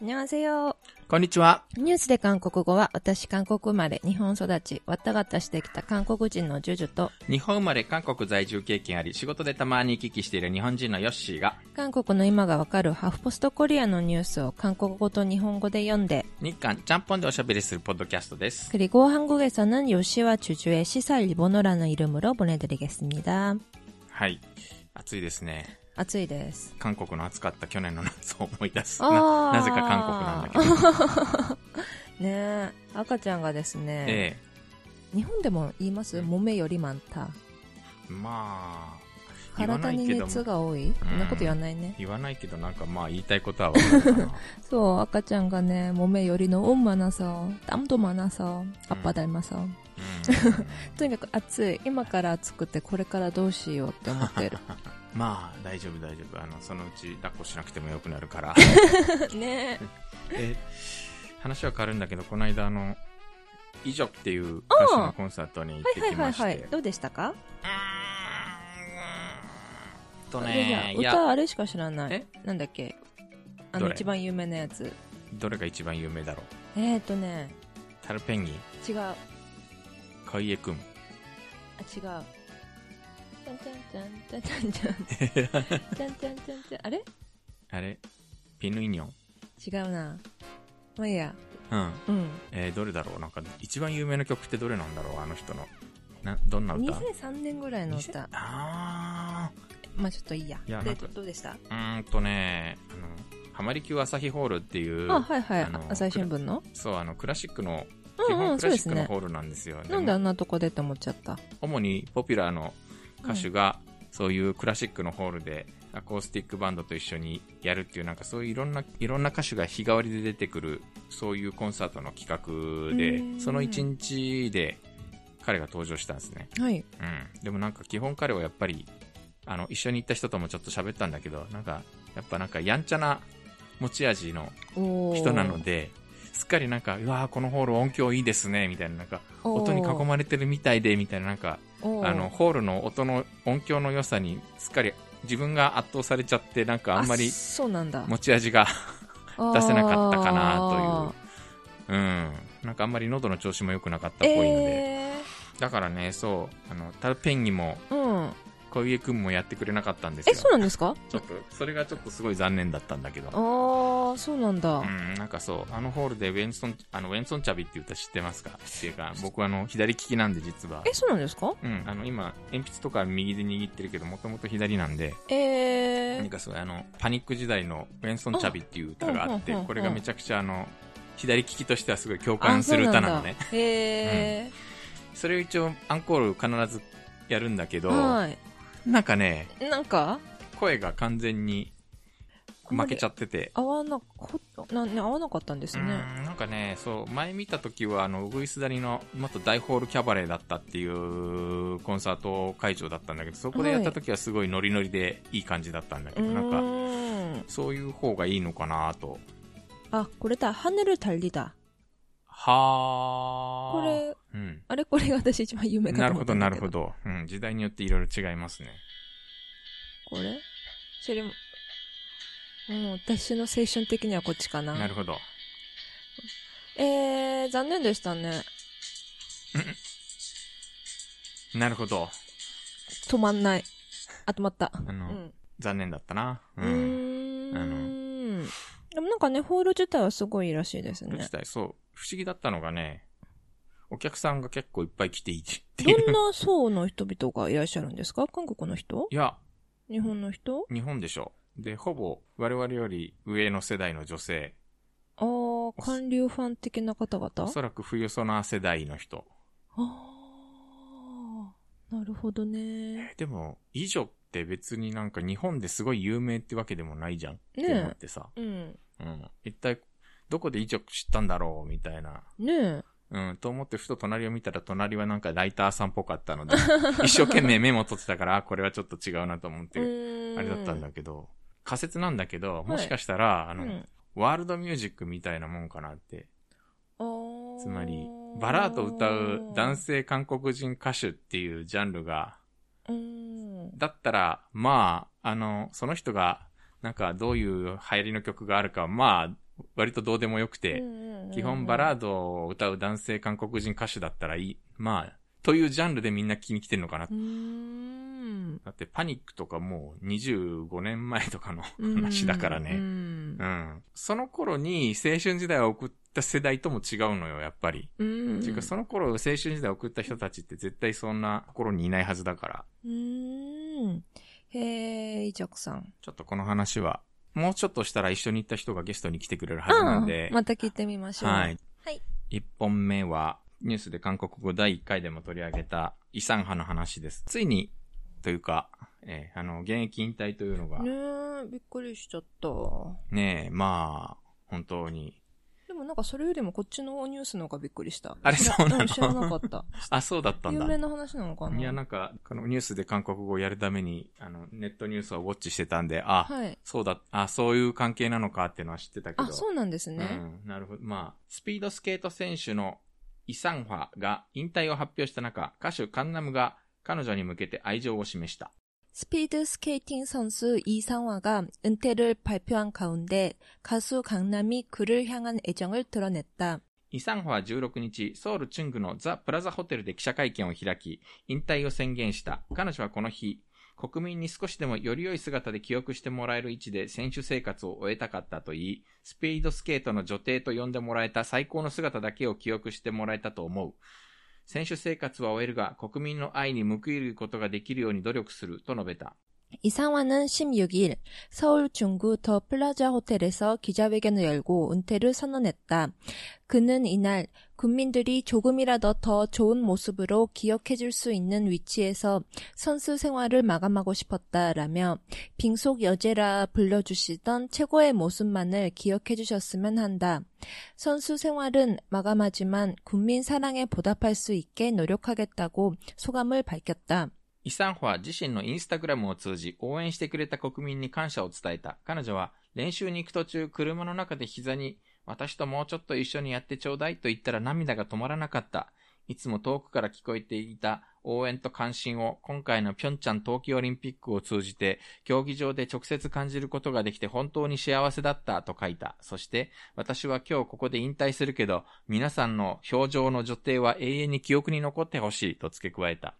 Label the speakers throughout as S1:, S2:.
S1: にゃんせよ。
S2: こんにちは。
S1: ニュースで韓国語は、私韓国生まれ、日本育ち、わったがったしてきた韓国人のジュジュと、
S2: 日本生まれ韓国在住経験あり、仕事でたまに行き来している日本人のヨッシーが、
S1: 韓国の今がわかるハーフポストコリアのニュースを韓国語と日本語で読んで、
S2: 日韓ちゃんぽんでおしゃべりするポッドキャストです。
S1: 그리고한국에서는요시와주주의시사일본어라는이름으로보내드리겠습니다
S2: はい。暑いですね。
S1: 暑いです。
S2: 韓国の暑かった去年の夏を思い出す。
S1: あー
S2: ななぜか韓国なんだけ ど。
S1: ねえ、赤ちゃんがですね、
S2: え
S1: 日本でも言います揉めよりまんた。
S2: え。まあ、言わな
S1: 体
S2: い
S1: に
S2: けど
S1: 熱が多いそんなこと言わないね。
S2: 言わないけど、なんかまあ言いたいことはわか るかな。
S1: そう、赤ちゃんがね、몸에 열이 너무 많아서, 땀도 많아서, 아빠 닮아서.
S2: うん
S1: とにかく暑い。今から暑くて、これからどうしようって思ってる。
S2: まあ、大丈夫大丈夫。あの、そのうち抱っこしなくてもよくなるから。
S1: ね
S2: え話は変わるんだけどこの間あの「以上」っていう歌手のコンサートに行って
S1: はい
S2: き
S1: はい
S2: まして
S1: はいはい。どうでしたか
S2: うーんと
S1: いや
S2: ね
S1: い
S2: い
S1: や、
S2: や
S1: 歌あれしか知らない。なんだっけあの
S2: どれ
S1: 一番有名なやつ。
S2: どれが一番有名だろう
S1: えーとね、
S2: タルペンギン
S1: 違う。あ、
S2: 海江くん
S1: 違う。ちゃんちゃんちゃん、ちゃんちゃんちゃん。ちゃんちゃんちゃんちゃん。あれ
S2: あれピヌイニョン
S1: 違うな。まあいいや。
S2: うん
S1: うん。
S2: えーどれだろうなんか一番有名な曲ってどれなんだろうあの人のなどんな歌
S1: 2003年ぐらいの歌
S2: 2000。あー
S1: まあちょっといいや。
S2: いや
S1: で、
S2: なんか
S1: どうでした
S2: うーんとねあの浜離宮朝日ホールっていう
S1: あ、はいはい
S2: あの。
S1: 朝日新聞の
S2: そうあのクラシックの
S1: う
S2: 基
S1: んうん
S2: 本ク
S1: そう
S2: ラ
S1: で
S2: シ
S1: す
S2: ックの
S1: ね
S2: ホールなんですよ、で
S1: なんであんなとこでって思っちゃった
S2: 主にポピュラーの歌手がそういうクラシックのホールでアコースティックバンドと一緒にやるっていうなんかそういういろんないろんな歌手が日替わりで出てくるそういうコンサートの企画
S1: う
S2: で
S1: ん
S2: その1日で彼が登場したんですね、
S1: はい。
S2: うん、でもなんか基本彼はやっぱりあの一緒に行った人ともちょっと喋ったんだけどなんかやっぱなんかやんちゃな持ち味の
S1: おー
S2: 人なのですっかりなんかうわーこのホール音響いいですねみたいななんか音に囲まれてるみたいでみたいななんか
S1: おー
S2: あの、ホールの音の音響の良さにすっかり自分が圧倒されちゃって、なんかあんまり
S1: そうなんだ
S2: 持ち味が、 出せなかったかなという
S1: あ
S2: うん、なんかあんまり喉の調子も良くなかった
S1: ー
S2: っぽいので、
S1: え
S2: だからね、そう、あの、タルペンギンも
S1: ーうん
S2: 小池くんもやってくれなかったんです
S1: え
S2: よ。
S1: そうなんですか
S2: ちょっと、それがちょっとすごい残念だったんだけど
S1: あ。ーそうなんだ、
S2: うん、なんかそう、あのホールでウェンソン、あの、ウェンソンチャビっていう歌知ってますかっていうか、僕はあの、左利きなんで実は。
S1: えそうなんですか
S2: うん、あの、今、鉛筆とか右で握ってるけど、もともと左なんで、
S1: え
S2: なん
S1: ー、
S2: かそうあのパニック時代の「ウェンソン・チャビ」っていう歌があっ
S1: うんうん
S2: て
S1: うんうん
S2: これがめちゃくちゃあの左利きとしてはすごい共感する歌な
S1: あそ
S2: のね
S1: うなんだえ
S2: それを一応アンコール必ずやるんだけ
S1: ー、
S2: ど
S1: はい
S2: なんかね
S1: なんか
S2: 声が完全に負けちゃってて
S1: 合わなこな、ね、合わなかったんです
S2: う
S1: ね
S2: んなんかねそう前見た時はあのウグイスダニのもっと大ホールキャバレーだったっていうコンサート会場だったんだけどそこでやった時はすごいノリノリでいい感じだったんだけど、なんか
S1: ん
S2: そういう方がいいのかなと
S1: あこれだ「ハネル달리다」
S2: はあ
S1: これ
S2: うん
S1: あれこれが私一番有名か
S2: な
S1: と
S2: る
S1: 思
S2: ほ
S1: った
S2: ど、
S1: ん
S2: な
S1: だ
S2: る
S1: けど
S2: ほど。うん、時代によっていろいろ違いますね。
S1: これそれも、うん、私の青春的にはこっちかな。
S2: なるほど。
S1: えー、残念でしたね。
S2: なるほど。
S1: 止まんない。あ、止まった。
S2: あ
S1: う
S2: の、
S1: ん。
S2: 残念だったな。
S1: う
S2: うん。
S1: ーん。
S2: あ
S1: でもなんかね、ホール自体はすごいらしいですね
S2: 自。体、そう。不思議だったのがね、お客さんが結構いっぱい来ていてっていう。
S1: どんな層の人々がいらっしゃるんですか韓国の人
S2: いや、
S1: 日本の人
S2: 日本でしょ。で、ほぼ我々より上の世代の女性。
S1: あー、韓流ファン的な方々
S2: おそらく冬ソナー世代の人。
S1: あー、なるほどね。
S2: えでも、以上って別になんか日本ですごい有名ってわけでもないじゃん。
S1: え
S2: って思ってさ。
S1: うん。
S2: うん。一体、どこで以上知ったんだろうみたいな。
S1: ねえ。
S2: うん、と思ってふと隣を見たら隣はなんかライターさんっぽかっ たので、一生懸命メモ取ってたから、あこれはちょっと違うなと思っ
S1: う
S2: て、
S1: ーん。
S2: あれだったんだけど、仮説なんだけど、もしかしたら、あの、
S1: うん
S2: ワールドミュージックみたいなもんかなって。
S1: つ
S2: つまり、バラードを歌う男性韓国人歌手っていうジャンルが、だったら、まあ、あの、その人が、なんかどういう流行りの曲があるか、まあ、割とどうでもよくて、基本バラー
S1: ド。
S2: ドを歌う男性韓国人歌手だったらいい。まあ、というジャンルでみんな気に来てるのかな。
S1: うーん。
S2: だってパニックとかもう25年前とかの話だから
S1: う
S2: ね。
S1: ん
S2: う。ん。その頃に青春時代を送った世代とも違うのよ、やっぱり。
S1: うん。
S2: っていうか、その頃青春時代を送った人たちって絶対そんなところにいないはずだから。
S1: うーん。へえ、イチャクさん。
S2: ちょっとこの話は、もうちょっとしたら一緒に行った人がゲストに来てくれるはずなんで。
S1: うんまた聞いてみましょう。
S2: はい。。
S1: はい。
S2: 1本目は、ニュースで韓国語第1回でも取り上げた遺産派の話です。ついに、というか、えーあの、現役引退というのが、
S1: ねえ、びっくりしちゃった。
S2: ねえ、まあ、本当に。
S1: でもなんかそれよりもこっちのニュースの方がびっくりした。
S2: あれ そうなの
S1: ん知らなかった。
S2: あ、そうだったん
S1: 有
S2: だ。
S1: 名な話なのかない
S2: や、なんか、このニュースで韓国語をやるために、あの、ネットニュースをウォッチしてたんで、あ、
S1: はい。
S2: そうだ、あ、そういう関係なのかっていうのは知ってたけど。
S1: あ、そうなんですね。
S2: うん、なるほど。まあ、スピードスケート選手のイ・サンファが引退を発表した中、歌手カンナムが彼女に向けて愛情を示した。
S1: 스피드 스케이팅 선수 이상화가 은퇴를 발표한 가운데 가수 강남이 그를 향한 애정을 드러냈다.
S2: イ・サンファは16日、ソウルチュングのザ・プラザホテルで記者会見を開き、引退を宣言した。彼女はこの日、国民に少しでもより良い姿で記憶してもらえる位置で選手生活を終えたかったと言い、スピードスケートの女帝と呼んでもらえた最高の姿だけを記憶してもらえたと思う。選手生活は終えるが、国民の愛に報いることができるように努力すると述べた。
S1: 이상화는 16일 서울 중구 더 플라자 호텔에서 기자회견을 열고 은퇴를 선언했다. 그는 이날 국민들이 조금이라도 더 좋은 모습으로 기억해줄 수 있는 위치에서 선수 생활을 마감하고 싶었다라며 빙속 여제라 불러주시던 최고의 모습만을 기억해주셨으면 한다. 선수 생활은 마감하지만 국민 사랑에 보답할 수 있게 노력하겠다고 소감을 밝혔다.
S2: イサンファ自身のインスタグラムを通じ応援してくれた国民に感謝を伝えた。彼女は練習に行く途中車の中で膝に私ともうちょっと一緒にやってちょうだいと言ったら涙が止まらなかった。いつも遠くから聞こえていた応援と関心を今回のピョンチャン冬季オリンピックを通じて競技場で直接感じることができて本当に幸せだったと書いた。そして私は今日ここで引退するけど皆さんの表情の女帝は永遠に記憶に残ってほしいと付け加えた。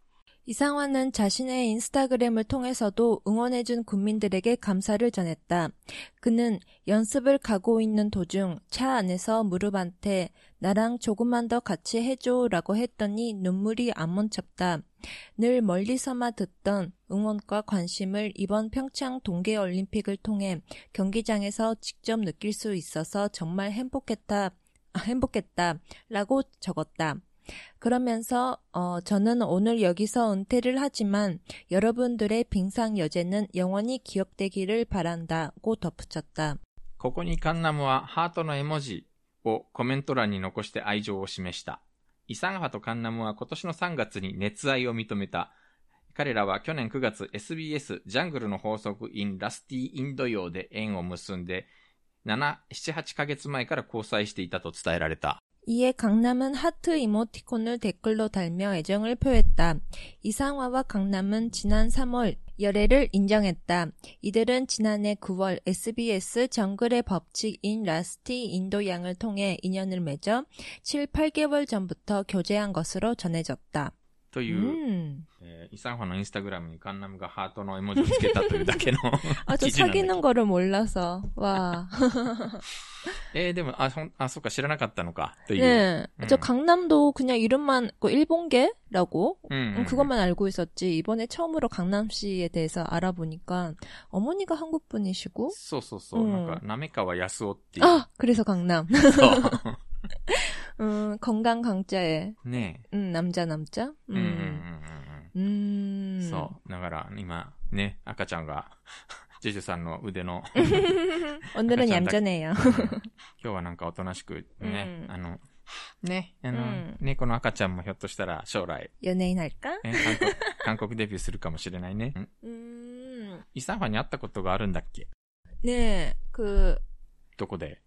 S1: 이상화는 자신의 인스타그램을 통해서도 응원해준 국민들에게 감사를 전했다. 그는 연습을 가고 있는 도중 차 안에서 무릎한테 나랑 조금만 더 같이 해줘 라고 했더니 눈물이 안 멈췄다. 늘 멀리서만 듣던 응원과 관심을 이번 평창 동계올림픽을 통해 경기장에서 직접 느낄 수 있어서 정말 행복했다. 아, 행복했다. 라고 적었다. 그러면서 어, 저는 오늘 여기서 은퇴를 하지만 여러분들의 빙상 여제는 영원히 기억되기를 바란다고 덧붙였다.
S2: ここにカンナムはハートの絵文字をコメント欄に残して愛情を示した。イサンファとカンナムは今年の3月に熱愛を認めた。彼らは去年9月 SBS ジャングルの法則 in ラスティインド洋で縁を結んで、7、7、8ヶ月前から交際していたと伝えられた。
S1: 이에 강남은 하트 이모티콘을 댓글로 달며 애정을 표했다. 이상화와 강남은 지난 3월 열애를 인정했다. 이들은 지난해 9월 SBS 정글의 법칙인 라스티 인도양을 통해 인연을 맺어 7, 8개월 전부터 교제한 것으로 전해졌다.
S2: という、
S1: 음.
S2: えーイサンファのインスタグラムにカンナムがハートの絵文字をつけたというだけの
S1: 아, 저
S2: 記事なんだけど
S1: 사귀는 거를 몰라서. 와.
S2: えーでも、あ、ほん、あ、そっか、知らなかったのか、という。
S1: 네.
S2: 음.
S1: 저 강남도 그냥 이름만, 그 일본계라고
S2: うんうんうん
S1: 음, 그것만 알고 있었지 이번에 처음으로 강남시에 대해서 알아보니까 어머니가 한국 분이시고
S2: そうそうそう。
S1: うん
S2: なんか、なめかわやすおっていう。
S1: 아 그래서 강남
S2: そ
S1: 음, 건강 강자에
S2: う。 ね
S1: 음, 남자 남자
S2: え。うんう
S1: 음,
S2: んうんうんうん。
S1: 음.
S2: そう。だから、今、ね、赤ちゃんが、 ジェジュさんの腕 の、
S1: 오늘은
S2: 약간
S1: 얌전해요
S2: うん今日はなんかおとなしく、ね
S1: う、ん
S2: あの、ね、あ
S1: う
S2: の
S1: ん、
S2: ね、この赤ちゃんもひょっとしたら将来、
S1: 연예인 할까
S2: ね、韓 国韓国デビューするかもしれないね。ん
S1: 음,
S2: イサンファに会ったことがあるんだっけ
S1: 네그
S2: どこで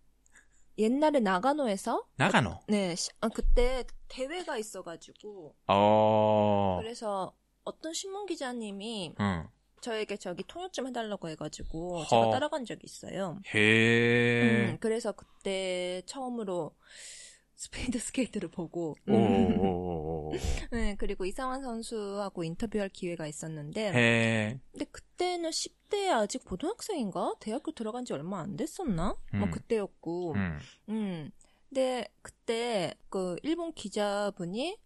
S1: 옛날에 나가노에서
S2: 長野
S1: 네 시- 아, 그때 대회가 있어가지고
S2: あ
S1: 그래서 어떤 신문 기자님이
S2: あ。うん。
S1: 저에게 저기 통역 좀 해달라고 해가지고
S2: 하.
S1: 제가 따라간 적이 있어요.
S2: へ 네.
S1: 음 그래서 그때 처음으로 스피드 스케이트를 보고 음,
S2: ー。お ー。
S1: 네, 그리고 이상환 선수하고 인터뷰할 기회가
S2: 네.
S1: 있었는데
S2: へ
S1: 근데 그때는 10대 아직 고등학생인가? 대학교 들어간 지 얼마 안 됐었나? 뭐
S2: 음.
S1: 그때였고
S2: ー。うん。
S1: 음. 근데 그때 그 일본 기자분이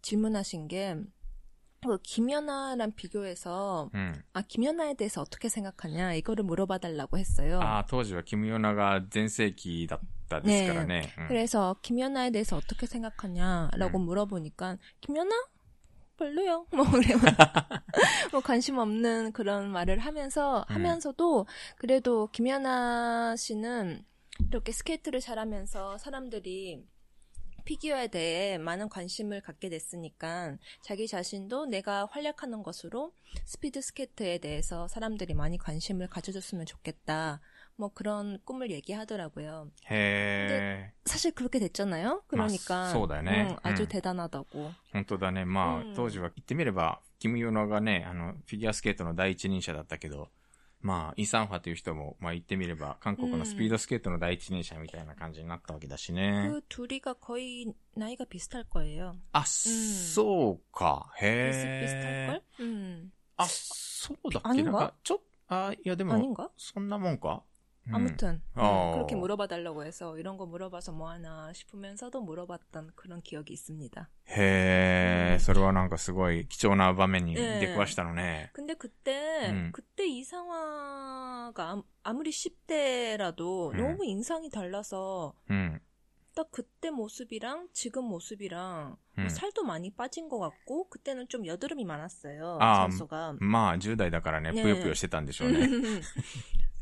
S1: 질문하신 게그 김연아랑 비교해서
S2: うん。
S1: 아 김연아에 대해서 어떻게 생각하냐 이거를 물어봐달라고 했어요.
S2: ああ、当時はキム・ヨナが全盛期だったですからね。うん
S1: 그래서 김연아에 대해서 어떻게 생각하냐라고 물어보니까 김연아 별로요. 뭐 그래요. 뭐 관심 없는 그런 말을 하면서
S2: 음.
S1: 하면서도 그래도 김연아 씨는 이렇게 스케이트를 잘하면서 사람들이 피규어에 대해 많은 관심을 갖게 됐으니까 자기 자신도 내가 활약하는 것으로 스피드 스케이트에 대해서 사람들이 많이 관심을 가져줬으면 좋겠다. 뭐 그런 꿈을 얘기하더라고요.
S2: へえ。
S1: 사실 그렇게 됐잖아요. 그러니까
S2: 아, 소다네.
S1: 응, 아주
S2: 음.
S1: 대단하다고.
S2: 本当だね。まあ、
S1: うん
S2: 当時は言ってみれば、キム・ヨナがね、あの、フィギュアスケートの第一人者だったけど、まあ、イ・サンファという人も、まあ言ってみれば、韓国のスピードスケートの第一人者みたいな感じになったわけだしね。
S1: 그 둘이가 거의 나이가 비슷할 거예요.
S2: あ、そうか。 네.
S1: 비슷비슷할
S2: へえ。
S1: 걸? 음.
S2: あ、そうだ
S1: あ
S2: っけ
S1: 아닌
S2: なん
S1: 가
S2: か、ちょっ、あ、いやでも、
S1: 아닌가?
S2: そんなもんか。うん
S1: 아무튼 음,
S2: 뭐. 어.
S1: 그렇게 물어봐 달라고 해서 이런 거 물어봐서 뭐 하나 싶으면서도 물어봤던 그런 기억이 있습니다.
S2: へえ、それはなんかすごい貴重な場面に
S1: ええ
S2: 出くわしたのね。
S1: 근데 그때
S2: 음.
S1: 그때 이상화가 암- 아무리 10대라도
S2: 음.
S1: 너무 인상이 달라서
S2: うん。
S1: 딱 그때 모습이랑 지금 모습이랑
S2: うん
S1: 살도 많이 빠진 것 같고 그때는 좀 여드름이 많았어요
S2: 아,
S1: 선수가
S2: まあ、10代だからね、
S1: ね
S2: ぷよぷよしてたんでしょうね。
S1: 음.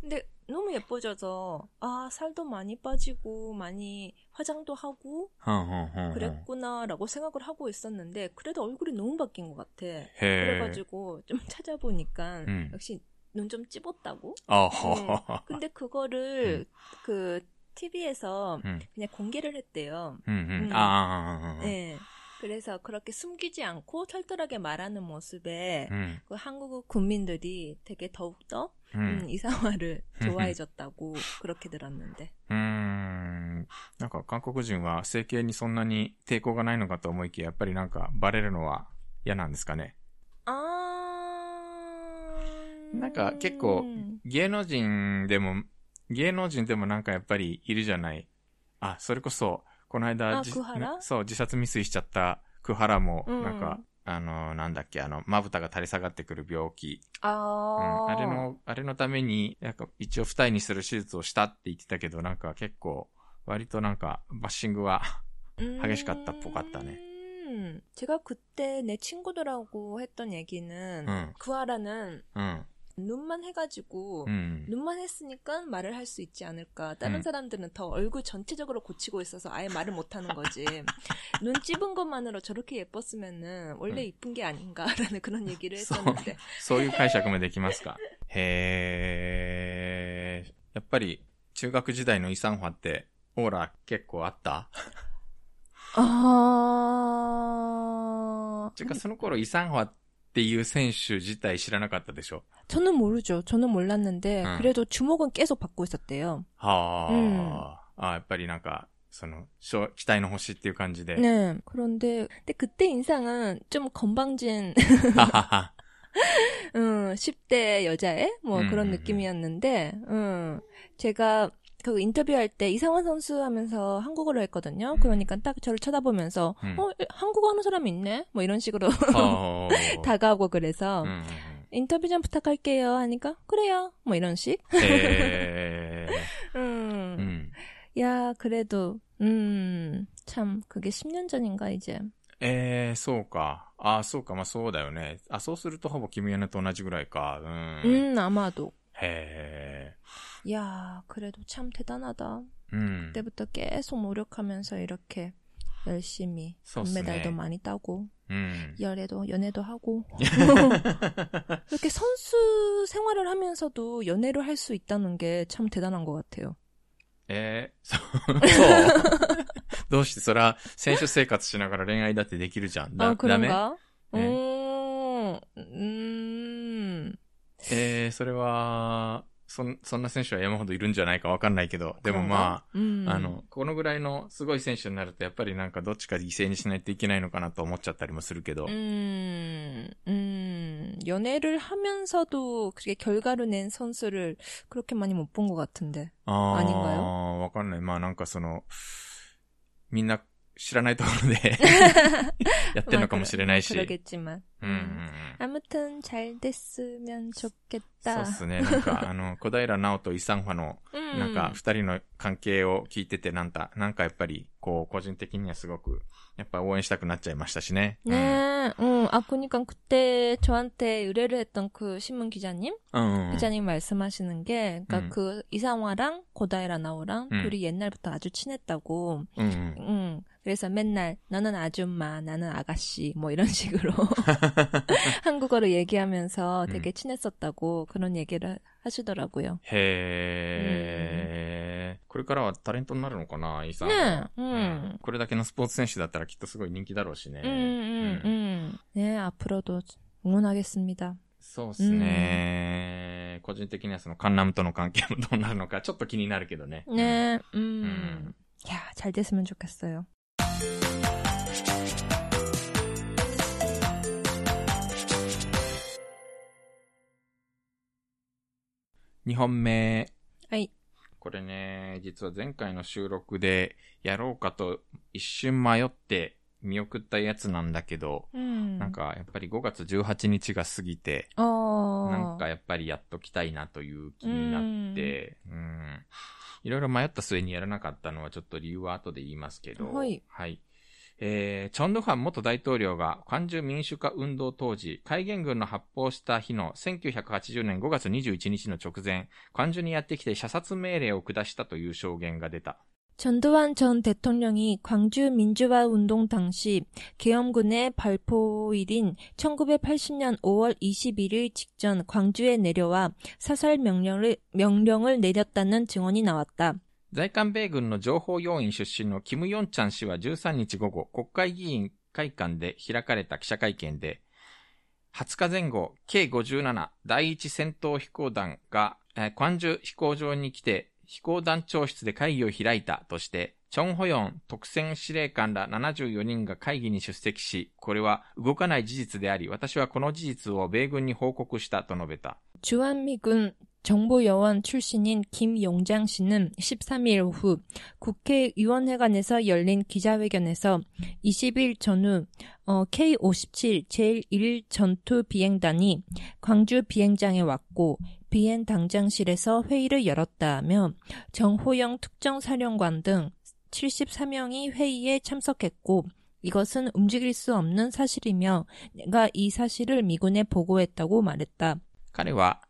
S1: 근데 너무 예뻐져서 아 살도 많이 빠지고 많이 화장도 하고
S2: はんはんはんはん
S1: 그랬구나라고 생각을 하고 있었는데 그래도 얼굴이 너무 바뀐 것 같아
S2: へえ。
S1: 그래가지고 좀 찾아보니까
S2: 음. 아,
S1: 역시 눈 좀 찝었다고
S2: あは
S1: 근데 그거를 그 TV에서
S2: うん。
S1: 그냥 공개를 했대요
S2: うんう。
S1: うんん
S2: ああ。
S1: 네. 그래서 그렇게 숨기지 않고 털털하게 말하는 모습에
S2: うん。
S1: 그 한국 국민들이 되게 더욱더
S2: う
S1: 음,
S2: ん。
S1: 이상화를
S2: 음,
S1: 좋아해줬다고 그렇게 들었는데.
S2: うーん。なんか、韓国人は整形にそんなに抵抗がないのかと思いきや、やっぱりなんか、バレるのは嫌なんですかね。
S1: 아.
S2: なんか結構
S1: 음.
S2: 芸能人でも、芸能人でもなんかやっぱりいるじゃない。あ、それこそ、この間、
S1: あ
S2: じ
S1: クハラ
S2: なそう、自殺未遂しちゃったクハラも、
S1: うん
S2: なんか、あの、なんだっけ、あの、まぶたが垂れ下がってくる病気。うん、
S1: 아.
S2: あれの、あれのために、なんか一応二重にする手術をしたって言ってたけど、なんか結構、割となんか、バッシングは、
S1: 음.
S2: 하게시갔다, 뽑았다네.
S1: 음. 제가 그때 내 친구들하고 했던 얘기는
S2: 응.
S1: 구하라는
S2: うん、
S1: 눈만 해가지고
S2: うん。
S1: 눈만 했으니까 말을 할 수 있지 않을까. 다른
S2: 음.
S1: 사람들은 더 얼굴 전체적으로 고치고 있어서 아예 말을 못 하는 거지. 눈 찝은 것만으로 저렇게 예뻤으면은 원래
S2: 음.
S1: 이쁜 게 아닌가라는 그런 얘기를
S2: 소-
S1: 했었는데.
S2: そういう解釈もできますかへえ。やっぱり、中学時代のイサンファって、オーラ結構あった
S1: 아.
S2: てか、その頃イサンファっていう選手自体知らなかったでしょ
S1: 저는 모르죠. 저는 몰랐는데
S2: 음.
S1: 그래도 주목은 계속 받고 있었대요.
S2: はあ、
S1: うん
S2: あやっぱりなんか、その、しょ期待の星っていう感じで。
S1: 네. 그런데 근데 그때 인상은 좀 건방진
S2: ははは。
S1: 음, 10대 여자의 뭐
S2: 음,
S1: 그런
S2: 음,
S1: 느낌이었는데, 음, 제가 그 인터뷰할 때 이상원 선수 하면서 한국어로 했거든요. 그러니까 딱 저를 쳐다보면서,
S2: 음.
S1: 어, 한국어 하는 사람이 있네? 뭐 이런 식으로
S2: はあ
S1: 다가오고 그래서,
S2: うんうんうん。
S1: 인터뷰 좀 부탁할게요 하니까, 그래요. 뭐 이런 식?
S2: へえ。
S1: 음,
S2: うん。
S1: 야, 그래도, 음, 참, 그게 10년 전인가, 이제.
S2: えー、そうか。ああ、そうか。まあそうだよね。あ、そうするとほぼ君のと同じぐらいか。うん。
S1: 음, 아마도.
S2: へ
S1: 야 그래도 참 대단하다.
S2: ーうん。
S1: 그때부터 계속 노력하면서 이렇게 열심히
S2: 썼으네.
S1: 금메달도 많이 따고
S2: うん。
S1: 연애도 연애도 하고 이렇게 선수 생활을 하면서도 연애를 할 수 있다는 게 참 대단한 것 같아요.
S2: えー、そう。そう どうしてそら、選手生活しながら恋愛だって 아, できるじゃん。だ
S1: 아
S2: ダメ
S1: 그런가?
S2: 네.
S1: 오, 음,
S2: えー、それは、そん、そんな選手は山ほどいるんじゃないかわかんないけど、でもま
S1: あ、うん、
S2: あ、あの、このぐらいのすごい選手になると、やっぱりなんかどっちか犠牲にしないといけないのかなと思っちゃったりもするけど、
S1: 음, 음, 연애를 하면서도 그게 결과를 낸 선수를 그렇게 많이 못 본 것 같은데.
S2: あー
S1: アニメよ
S2: わかんない。まあなんかその、みんな知らないところで やってるのかもしれない し。
S1: 아, 그러겠지만.
S2: うんうんうん
S1: 아무튼 잘 됐으면
S2: そう
S1: 좋겠다.
S2: っすね。なんか、あの、小平直とイサンファの、
S1: 음,
S2: なんか、二人の関係を聞いてて、なんか、なんかやっぱり、こう、個人的にはすごく、やっぱ応援したくなっちゃいましたしね。
S1: 네,
S2: 음.
S1: 응, 아, 그니까 그때 저한테 의뢰를 했던 그 신문 기자님?
S2: うん。うんうんうん。
S1: 기자님 말씀하시는 게, 그니까
S2: 음.
S1: 그 이상화랑 고다이라 나오랑
S2: 음.
S1: 둘이 옛날부터 아주 친했다고.
S2: うんうん。
S1: 응. 그래서 맨날 너는 아줌마, 나는 아가씨 뭐 이런 식으로 한국어로 얘기하면서 되게 친했었다고 그런 얘기를 하시더라고요.
S2: へー。これからはタレントになるのかな、イサンファ。
S1: 네,
S2: う
S1: 음.
S2: んこれだけのスポーツ選手だったらきっとすごい人気だろうしね。
S1: 음, 음, 음. 네, 앞으로도 응원하겠습니다.
S2: そうですね、個人的にはそのカンナムとの関係もどうなるのかちょっと気になるけどね。
S1: 네, 음.
S2: 음.
S1: 야, 잘 됐으면 좋겠어요.
S2: 음 二本目。
S1: はい。
S2: これね、実は前回の収録でやろうかと一瞬迷って見送ったやつなんだけど、
S1: 음.
S2: なんかやっぱり5月18日が過ぎて、
S1: 어.
S2: なんかやっぱりやっと来たいなという気になって、うん。いろいろ迷った末にやらなかったのはちょっと理由は後で言いますけど、
S1: はい。
S2: えー、チョンドゥファン元大統領が漢中民主化運動当時、戒厳軍の発砲した日の1980年5月21日の直前、漢中にやってきて射殺命令を下したという証言が出た。
S1: 전두환 전 대통령이 광주 민주화 운동 당시 계엄군의 발포일인 1980년 5월 21일 직전 광주에 내려와 사살 명령을, 명령을 내렸다는 증언이 나왔다.
S2: 在韓米軍の情報要員出身のキム・ヨンチャン氏は13日午後、国会議員会館で開かれた記者会見で、20日前後、K57 第一戦闘飛行団が、えー、関中飛行場に来て、飛行団長室で会議を開いたとして、チョン・ホヨン特選司令官ら74人が会議に出席し、これは動かない事実であり、私はこの事実を米軍に報告したと述べた。
S1: 주한미군 정보여원 출신인 김용장 씨는 13일 오후 국회의원회관에서 열린 기자회견에서 20일 전후 어, K-57 제1 전투 비행단이 광주 비행장에 왔고 비행 당장실에서 회의를 열었다며 정호영 특정사령관 등 73명이 회의에 참석했고 이것은 움직일 수 없는 사실이며 내가 이 사실을 미군에 보고했다고 말했다.
S2: 彼は、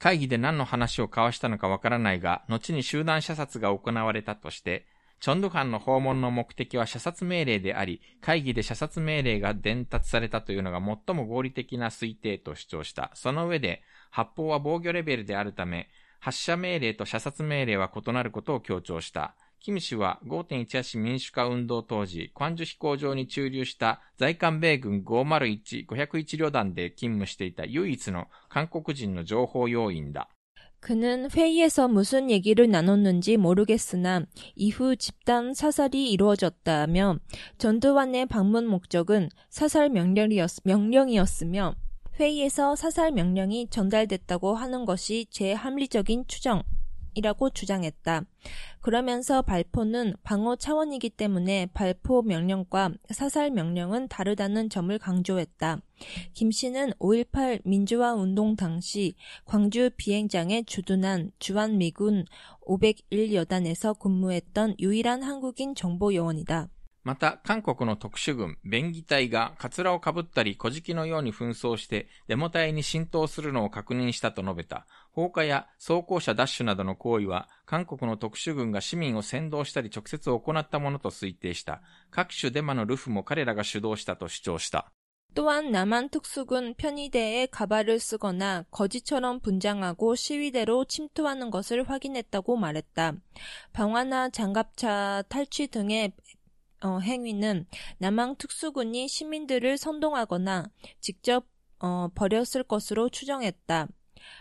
S2: 会議で何の話を交わしたのかわからないが、後に集団射殺が行われたとして、チョンドゥファンの訪問の目的は射殺命令であり、会議で射殺命令が伝達されたというのが最も合理的な推定と主張した。その上で、発砲は防御レベルであるため、発射命令と射殺命令は異なることを強調した。キム氏は5.18民主化運動当時、関ジュ飛行場に駐留した在韓米軍501、501旅団で勤務していた唯一の韓国人の情報要員だ。
S1: 그는 회의에서 무슨 얘기를 나눴는지 모르겠으나 이후 집단 사살이 이루어졌다며 전두환의 방문 목적은 사살 명령이었, 명령이었으며 회의에서 사살 명령이 전달됐다고 하는 것이 제 합리적인 추정이라고 주장했다. 그러면서 발포는 방어 차원이기 때문에 발포 명령과 사살 명령은 다르다는 점을 강조했다. 김 씨는 5.18 민주화 운동 당시 광주 비행장에 주둔한 주한미군 501여단에서 근무했던 유일한 한국인 정보요원이다.
S2: また、韓国の特殊軍、便宜隊が、カツラをかぶったり、小敷のように紛争して、デモ隊に浸透するのを確認したと述べた。放火や装甲車ダッシュなどの行為は、韓国の特殊軍が市民を扇動したり直接行ったものと推定した。各種デマのルフも彼らが主導したと主張した。
S1: 또한 남한 특수군 편의대에 가발을 쓰거나 거지처럼 분장하고 시위대로 침투하는 것을 확인했다고 말했다. 방화나 장갑차 탈취 등의 어, 행위는 남한 특수군이 시민들을 선동하거나 직접 어, 버렸을 것으로 추정했다.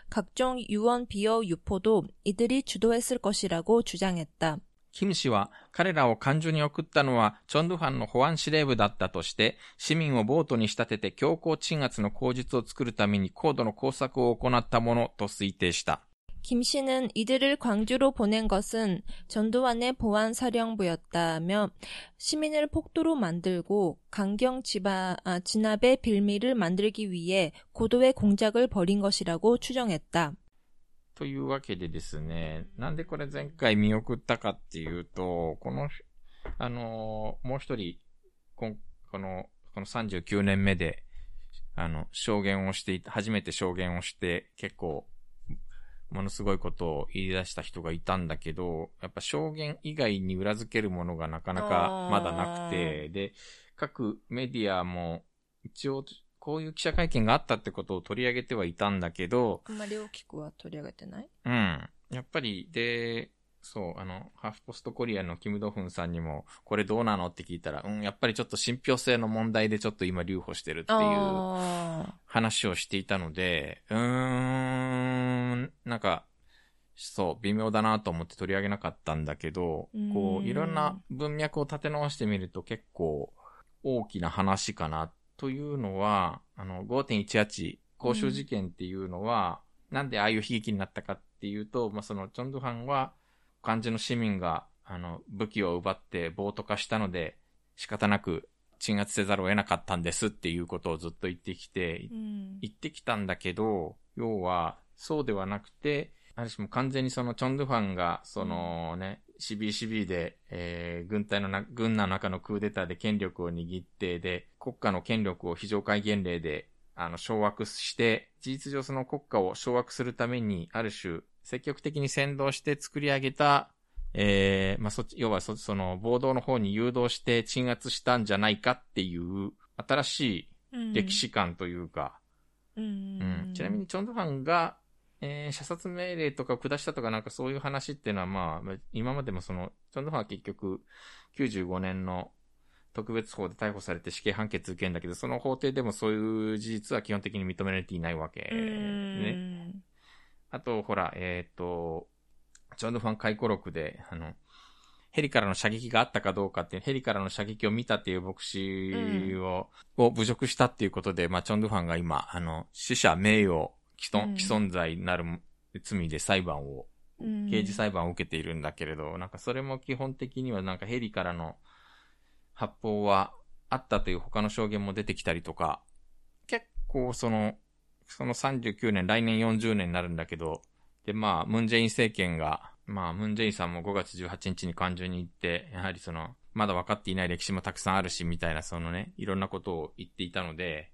S1: 각종 유언 비어 유포도 이들이 주도했을 것이라고 주장했다.
S2: キム氏は彼らを漢字に送ったのはチョンドゥファンの保安司令部だったとして、市民を暴徒に仕立てて強行鎮圧の口実を作るために高度の工作を行ったものと推定した。
S1: 김 씨는 이들을 광주로 보낸 것은 전두환의 보안사령부였다며 시민을 폭도로 만들고 강경 지바, 아, 진압의 빌미를 만들기 위해 고도의 공작을 벌인 것이라고 추정했다.
S2: というわけでですね、なんでこれ前回見送ったかっていうと、この、あのーもう一人、こんこの、この39年目で、あの、証言をしていた、初めて証言をして、結構、ものすごいことを言い出した人がいたんだけど、やっぱ証言以外に裏付けるものがなかなか
S1: あー
S2: まだなくて、で、各メディアも一応こういう記者会見があったってことを取り上げてはいたんだけど、
S1: 한마리 오키쿠와 도리아가테나이?
S2: うん。やっぱり、で、そう、あの、ハーフポストコリアのキム・ドフンさんにも、これどうなのって聞いたら、うん、やっぱりちょっと信憑性の問題でちょっと今留保してるっていう
S1: 어.
S2: 話をしていたので、うーん、なんか、そう、微妙だなと思って取り上げなかったんだけど
S1: うーん、
S2: こう、いろんな文脈を立て直してみると結構大きな話かなというのは、あの、5.18公衆事件っていうのは、なんでああいう悲劇になったかっていうと、まあ、その、チョンドゥファンは、漢字の市民が、あの、武器を奪って暴徒化したので、仕方なく鎮圧せざるを得なかったんですっていうことをずっと言ってきて、言ってきたんだけど、要は、そうではなくて、ある種もう完全にそのチョンドゥファンが、そのね、CBCB で、えー軍隊のな、軍の中のクーデターで権力を握って、で、国家の権力を非常戒厳令で、あの、掌握して、事実上その国家を掌握するために、ある種、積極的に先導して作り上げた、えーまあ、そっち、要はそ、その、暴動の方に誘導して鎮圧したんじゃないかっていう、新し
S1: 음.
S2: い歴史観というか、うんちなみに、チョンドファンが、えー射殺命令とかを下したとかなんかそういう話っていうのはまあ、今までもその、チョンドファンは結局、95年の特別法で逮捕されて死刑判決受けんだけど、その法廷でもそういう事実は基本的に認められていないわけ。ね。あと、ほら、えっ、と、チョンドファン回顧録で、あの、ヘリからの射撃があったかどうかっていう、ヘリからの射撃を見たっていう牧師を、を侮辱したっていうことで、まあ、チョンドファンが今、あの、死者名誉既
S1: うん
S2: 存、既存罪なる罪で裁判を、
S1: 음.
S2: 刑事裁判を受けているんだけれど、なんかそれも基本的にはなんかヘリからの発砲はあったという他の証言も出てきたりとか、結構その、その39年、来年40年になるんだけど、でまあ、ムンジェイン政権が、まあ、ムンジェインさんも5月18日に官中に行って、やはりその、まだ分かっていない歴史もたくさんあるし、みたいな、そのね、いろんなことを言っていたので、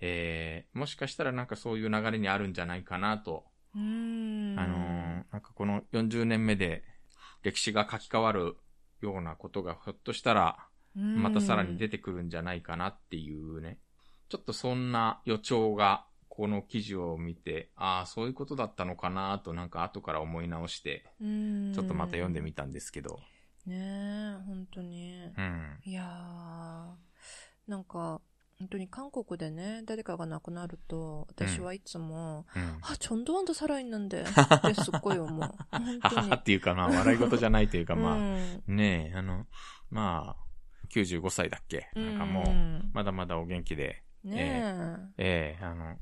S2: えー、もしかしたらなんかそういう流れにあるんじゃないかなと
S1: 음.
S2: あのーなんかこの40年目で歴史が書き換わるようなことがひょっとしたら
S1: 음.
S2: またさらに出てくるんじゃないかなっていうね。ちょっとそんな予兆がこの記事を見て、ああ、そういうことだったのかなとなんか後から思い直して、
S1: 음.
S2: ちょっとまた読んでみたんですけど。
S1: ねえ、本当に。
S2: うん。
S1: いやー、なんか、本当に韓国でね、誰かが亡くなると、私はいつも、
S2: うん。
S1: あ、ジョンドワンド살아있는데ってすっごい思う。 本
S2: は
S1: 当
S2: はは
S1: に
S2: っ。ていう かまあ笑い事じゃないというかまあ、
S1: うん
S2: ねえ、あの、まあ、95歳だっけなんかもう、
S1: ん
S2: まだまだお元気で、
S1: ねえ。
S2: ええあの、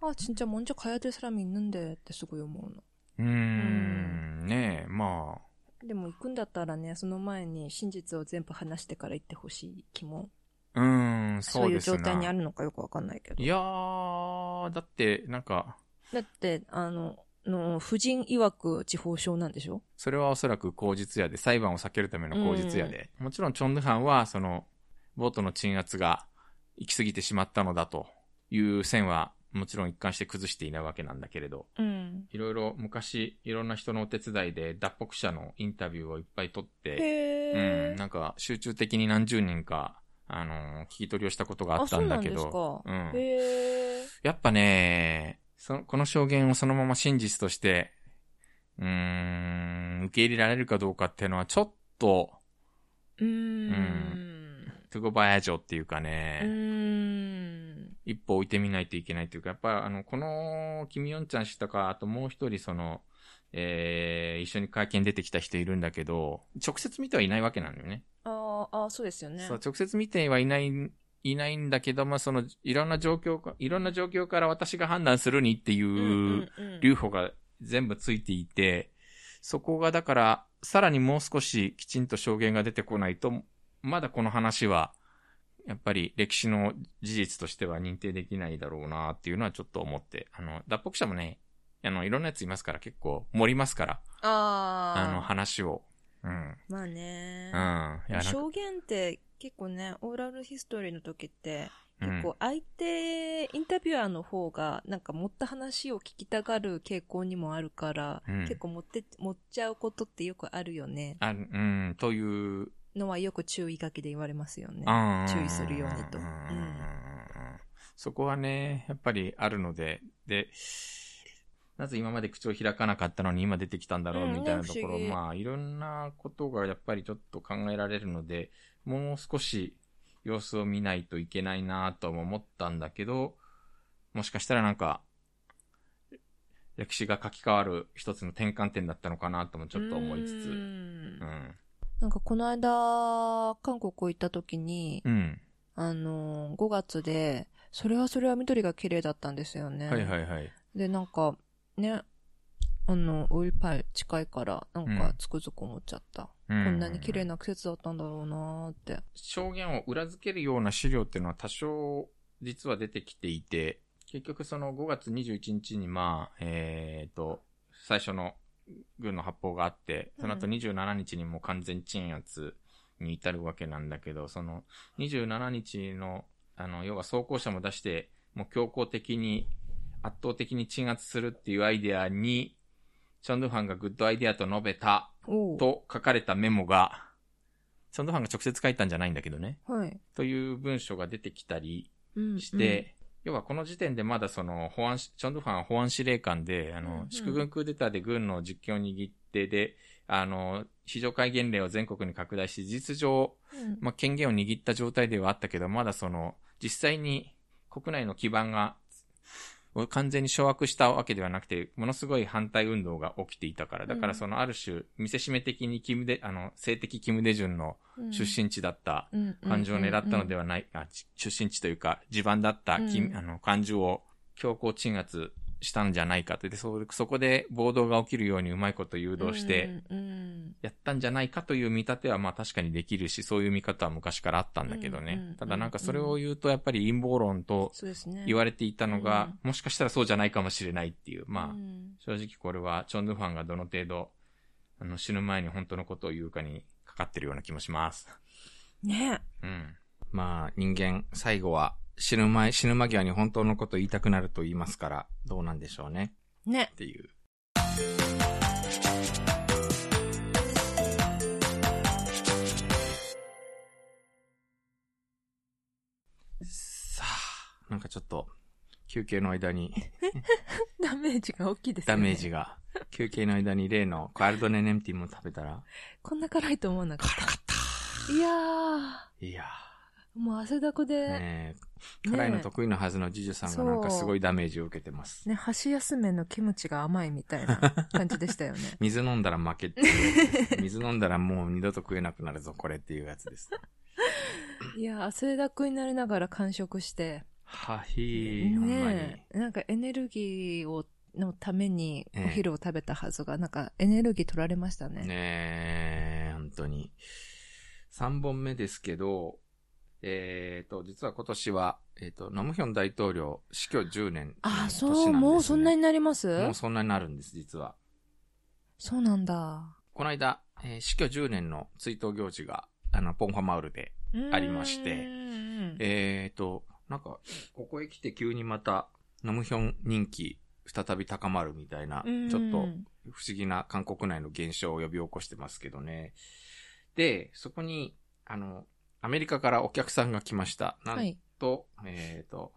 S1: 아, 진짜 먼저 가야 될 사람이 있는데, 때 쓰고 요모는.
S2: うーん、ねえ、ま
S1: 근데 뭐, 이끈다따라네, その前に, 신지츠를 전부 話してから行ってほしい気も,
S2: あ、うーん、そうです
S1: そう
S2: な。
S1: いう状態にあるのかよくわかんないけど.
S2: いやー、だって、なんか、
S1: だって、あの、の、婦人曰く地方症なんでしょ?
S2: それはおそらく口実やで、裁判を避けるための口実やで。もちろん、チョンドゥハンは、その、ボートの鎮圧が行き過ぎてしまったのだという線は、もちろん一貫して崩していないわけなんだけれど、
S1: 응.
S2: いろいろ昔、いろんな人のお手伝いで脱北者のインタビューをいっぱい取って、
S1: 해.
S2: うん、なんか集中的に何十人か、あのー聞き取りをしたことがあったんだけど、
S1: あ、そうなんですか。
S2: うん。
S1: 해.
S2: やっぱね、その、この証言をそのまま真実として、うーん、受け入れられるかどうかっていうのはちょっと、
S1: 음.
S2: トゥゴバヤジョっていうかね、
S1: 음.
S2: 一歩置いてみないといけないというか、やっぱあの、この、キム・ヨンちゃん知ったか、あともう一人その、えー、一緒に会見出てきた人いるんだけど、直接見てはいないわけなんだよね。
S1: あーあー、そうですよね。
S2: そう、直接見てはいない、いないんだけど、まあ、その、いろんな状況か、いろんな状況から私が判断するにってい
S1: うん
S2: う、
S1: うんうん
S2: 留保が全部ついていて、そこがだから、さらにもう少しきちんと証言が出てこないと、まだこの話は、やっぱり歴史の事実としては認定できないだろうなっていうのはちょっと思って、あの、脱北者もね、あの、いろんなやついますから結構盛りますから、
S1: あ
S2: あ
S1: あ
S2: の話を。うん。
S1: まあね
S2: うん。い、や、なんか
S1: 証言って結構ねオーラルヒストリーの時って
S2: うん
S1: 結構相手、インタビュアーの方がなんか持った話を聞きたがる傾向にもあるから、
S2: うん
S1: 結構持って持っちゃうことってよくあるよね
S2: あうん、という、
S1: のはよく注意書きで言われますよね
S2: 注
S1: 注意するようにとうん
S2: そこはね、やっぱりあるので、で、なぜ今まで口を開かなかったのに今出てきたんだろう
S1: うん
S2: みたいなとこ
S1: ね不
S2: ろ、
S1: 思議
S2: まあいろんなことがやっぱりちょっと考えられるので、もう少し様子を見ないといけないなとも思ったんだけど、もしかしたらなんか、歴史が書き換わる一つの転換点だったのかなともちょっと思いつつ、
S1: う
S2: うんん。
S1: なんかこの間韓国行った時に、
S2: うん。
S1: あの5月でそれはそれは緑が綺麗だったんですよね
S2: はいはいはい。
S1: で、なんか、ね、あの、オイルパイ近いから、なん
S2: う
S1: か
S2: ん
S1: つくづく思っちゃった。
S2: こ
S1: こんなに綺麗な季節だったんだろうなーって。
S2: 証言を裏付けるような資料っていうのは多少実は出てきていて、結局その5月21日にまあ、えっ、と、最初の軍の発砲があって、その後
S1: うん
S2: 27日にもう完全鎮圧に至るわけなんだけど、その27日の、あの、要は装甲車も出して、もう強硬的に、圧倒的に鎮圧するっていうアイデアに、チョンドゥファンがグッドアイデアと述べた
S1: おう
S2: と書かれたメモが、チョンドファンが直接書いたんじゃないんだけどね。
S1: はい。
S2: という文章が出てきたり
S1: うん
S2: して、要はこの時点でまだその保安し、チョンドファンは保安司令官で、あ
S1: うん
S2: の
S1: う、ん
S2: 祝軍クーデターで軍の実権を握ってで、あの、非常戒厳令を全国に拡大し、事実上、
S1: うん
S2: まあ、権限を握った状態ではあったけど、まだその、実際に国内の基盤が、を完全に掌握したわけではなくて、ものすごい反対運動が起きていたから、だからそのある種、見せしめ的にキムデ、あの、性的キムデジュンの出身地だった感情を狙ったので
S1: は、
S2: はない、あち出身地というか、地盤だったキム
S1: うん
S2: あの、感情を強行鎮圧したんじゃないかって、で、そ、そこで暴動が起きるようにうまいこと誘導して、
S1: うんうん
S2: やったんじゃないかという見立てはまあ確かにできるし、そういう見方は昔からあったんだけど
S1: うんうんうんう
S2: ね
S1: ん。
S2: ただなんかそれを言うとやっぱり陰謀論と
S1: そうですね。
S2: 言われていたのが、
S1: うん
S2: もしかしたらそうじゃないかもしれないっていう。まあ、
S1: うん
S2: 正直これはチョンドゥファンがどの程度、あの死ぬ前に本当のことを言うかにかかってるような気もします。
S1: ね
S2: うん。
S3: まあ人間、最後は死ぬ前、死ぬ間際に本当のことを言いたくなると言いますから、どうなんでしょうね
S1: ね
S3: っていう。さあ、なんかちょっと休憩の間 に
S1: ダメージが大きいです
S3: ダ
S1: よね。
S3: メージが、休憩の間に例のカルドネネムティも食べたら、
S1: こんな辛いと思わなかっ。
S3: 辛かった
S1: いやー、
S3: た。いや
S1: もう汗だく
S3: ー
S1: で、ね、
S3: ねえ辛いの得意なはずのジュジュさんがなんかすごいダメージを受けてます。
S1: 箸休めのキムチが甘いみ たいな感じでしたよね。
S3: 水飲んだら負けっていう。水飲んだらもう二度と食えなくなるぞ、これっていうやつです。
S1: いやー、汗だくになりながら完食して、
S3: はひー、ほんまに。
S1: ねえなんかエネルギーをのために
S3: ええ
S1: お昼を食べたはずが、なんかエネルギー取られましたね。
S3: ねえ、本当に。3本目ですけど、えっ、と、実は今年は、えっ、と、ノムヒョン大統領死去10年の年なん
S1: あ、
S3: です、ね。
S1: そう、もうそんなになります
S3: もうそんなになるんです、実は。
S1: そうなんだ。
S3: この間、えー死去10年の追悼行事が、あの、ポンファマウルでありまして
S1: うーん
S3: えーと、なんか、ここへ来て急にまた、ノムヒョン人気、再び高まるみたいな、ち
S1: うん
S3: ょっと不思議な韓国内の現象を呼び起こしてますけどね。で、そこに、あの、アメリカからお客さんが来ました。な
S1: は
S3: ん
S1: い。
S3: と、えーと、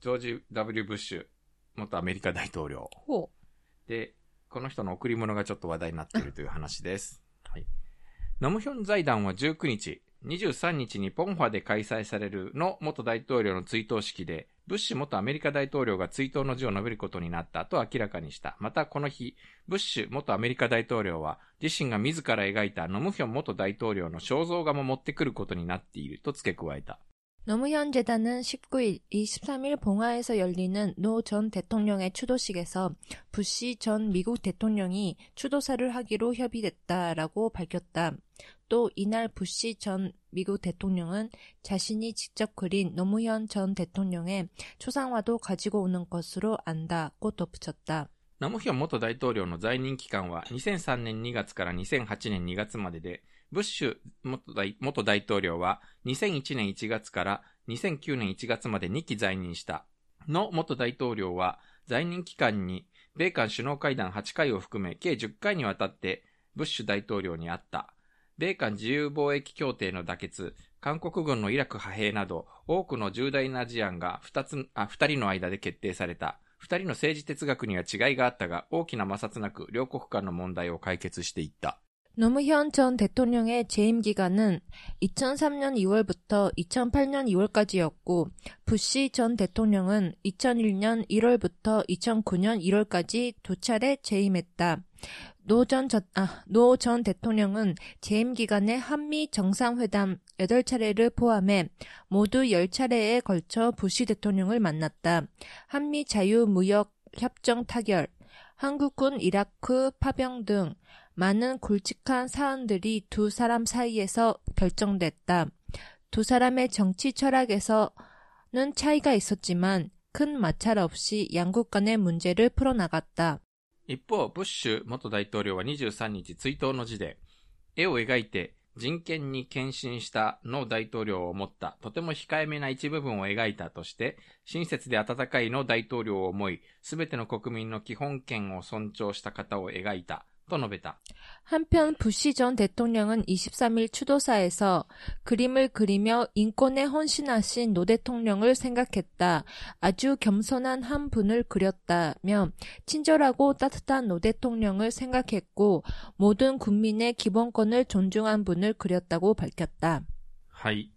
S3: ジョージ・ W ・ブッシュ、元アメリカ大統領。
S1: ほ
S3: で、この人の贈り物がちょっと話題になっているという話です。はい。ナムヒョン財団は19日、23日にポンファで開催されるの元大統領の追悼式で、
S2: ブッシュ元アメリカ大統領が追悼の辞を述べることになったと明らかにした。またこの日、ブッシュ元アメリカ大統領は自身が自ら描いたノムヒョン元大統領の肖像画も持ってくることになっていると付け加えた。
S1: 노무현 재단은 19일 23일 봉화에서 열리는 노 전 대통령의 추도식에서 부시 전 미국 대통령이 추도사를 하기로 협의됐다라고 밝혔다. 또 이날 부시 전 미국 대통령은 자신이 직접 그린 노무현 전 대통령의 초상화도 가지고 오는 것으로 안다고 덧붙였다.
S2: ナムヒョン元大統領の在任期間は2003年2月から2008年2月までで、ブッシュ元大元大統領は2001年1月から2009年1月まで2期在任した。の元大統領は在任期間に米韓首脳会談8回を含め計10回にわたってブッシュ大統領に会った。米韓自由貿易協定の妥結、韓国軍のイラク派兵など多くの重大な事案が2つ、あ、2人の間で決定された。二人の政治哲学には違いがあったが、大きな摩擦なく両国間の問題を解決していった。
S1: 노무현 전 대통령의 재임 기간은 2003년 2월부터 2008년 2월까지였고, 부시 전 대통령은 2001년 1월부터 2009년 1월까지 두 차례 재임했다. 노 전 아, 대통령은 재임 기간에 한미 정상회담 8차례를 포함해 모두 10차례에 걸쳐 부시 대통령을 만났다. 한미 자유무역 협정 타결, 한국군 이라크 파병 등 많은 굵직한 사안들이 두 사람 사이에서 결정됐다. 두 사람의 정치 철학에서는 차이가 있었지만 큰 마찰 없이 양국 간의 문제를 풀어나갔다.
S2: 一方、ブッシュ元大統領は23日追悼の辞で、絵を描いて人権に献身したノ大統領を思った、とても控えめな一部分を描いたとして、親切で温かいノ大統領を思い、すべての国民の基本権を尊重した方を描いた、と述べた。
S1: 한편 부시 전 대통령은 23일 추도사에서 그림을 그리며 인권에 헌신하신 노 대통령을 생각했다. 아주 겸손한 한 분을 그렸다며 친절하고 따뜻한 노 대통령을 생각했고 모든 국민의 기본권을 존중한 분을 그렸다고 밝혔다.
S2: はい。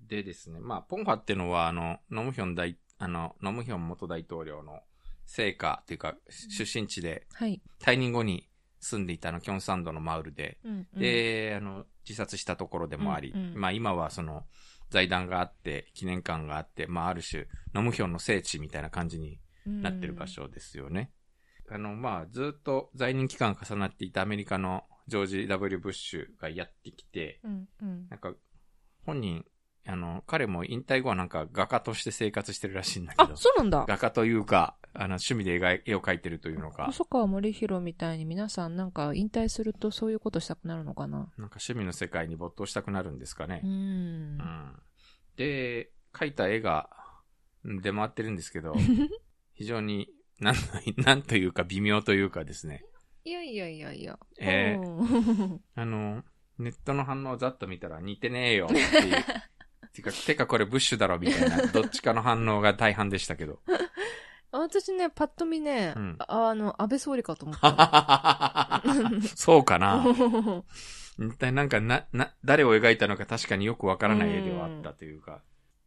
S2: でですね、まあ、ポンファってのは、あの、ノムヒョン大、あの、ノムヒョン元大統領の成果というか、出身地で、
S1: 하이.
S2: 退任後に住んでいたあの、キョンサンドのマウルで、
S1: 음, 음.
S2: で、あの、自殺したところでもあり、
S1: うんうん
S2: まあ今はその、財団があって、記念館があって、まあある種、ノムヒョンの聖地みたいな感じに
S1: 음.
S2: なってる場所ですよね。あの、まあ、ずっと在任期間重なっていたアメリカのジョージ・ W ・ブッシュがやってきて、
S1: 음, 음.
S2: なんか、本人、あの、彼も引退後はなんか画家として生活してるらしいんだけ
S1: 아,
S2: ど、
S1: 쏘는다.
S2: 画家というか、あの、趣味で絵を描いてるというのか、
S1: 細川森弘みたいに皆さんなんか引退するとそういうことしたくなるのかな。
S2: なんか趣味の世界に没頭したくなるんですかね
S1: う。ん
S2: う。ん。で、描いた絵がうん出回ってるんですけ ど、非常に、なん、 なんというか微妙というかですね。
S1: いやいやいやいや。
S2: えー
S1: うん
S2: あの、ネットの反応をざっと見たら似てねえよって いう。てか、てかこれブッシュだろみたいな、どっちかの反応が大半でしたけど。
S1: 私ね、パッと見ね、
S2: うん
S1: ああの、安倍総理かと思った。
S2: そうかな
S1: うん
S2: 一体なんかな、な、誰を描いたのか確かによくわからない絵ではあったというか、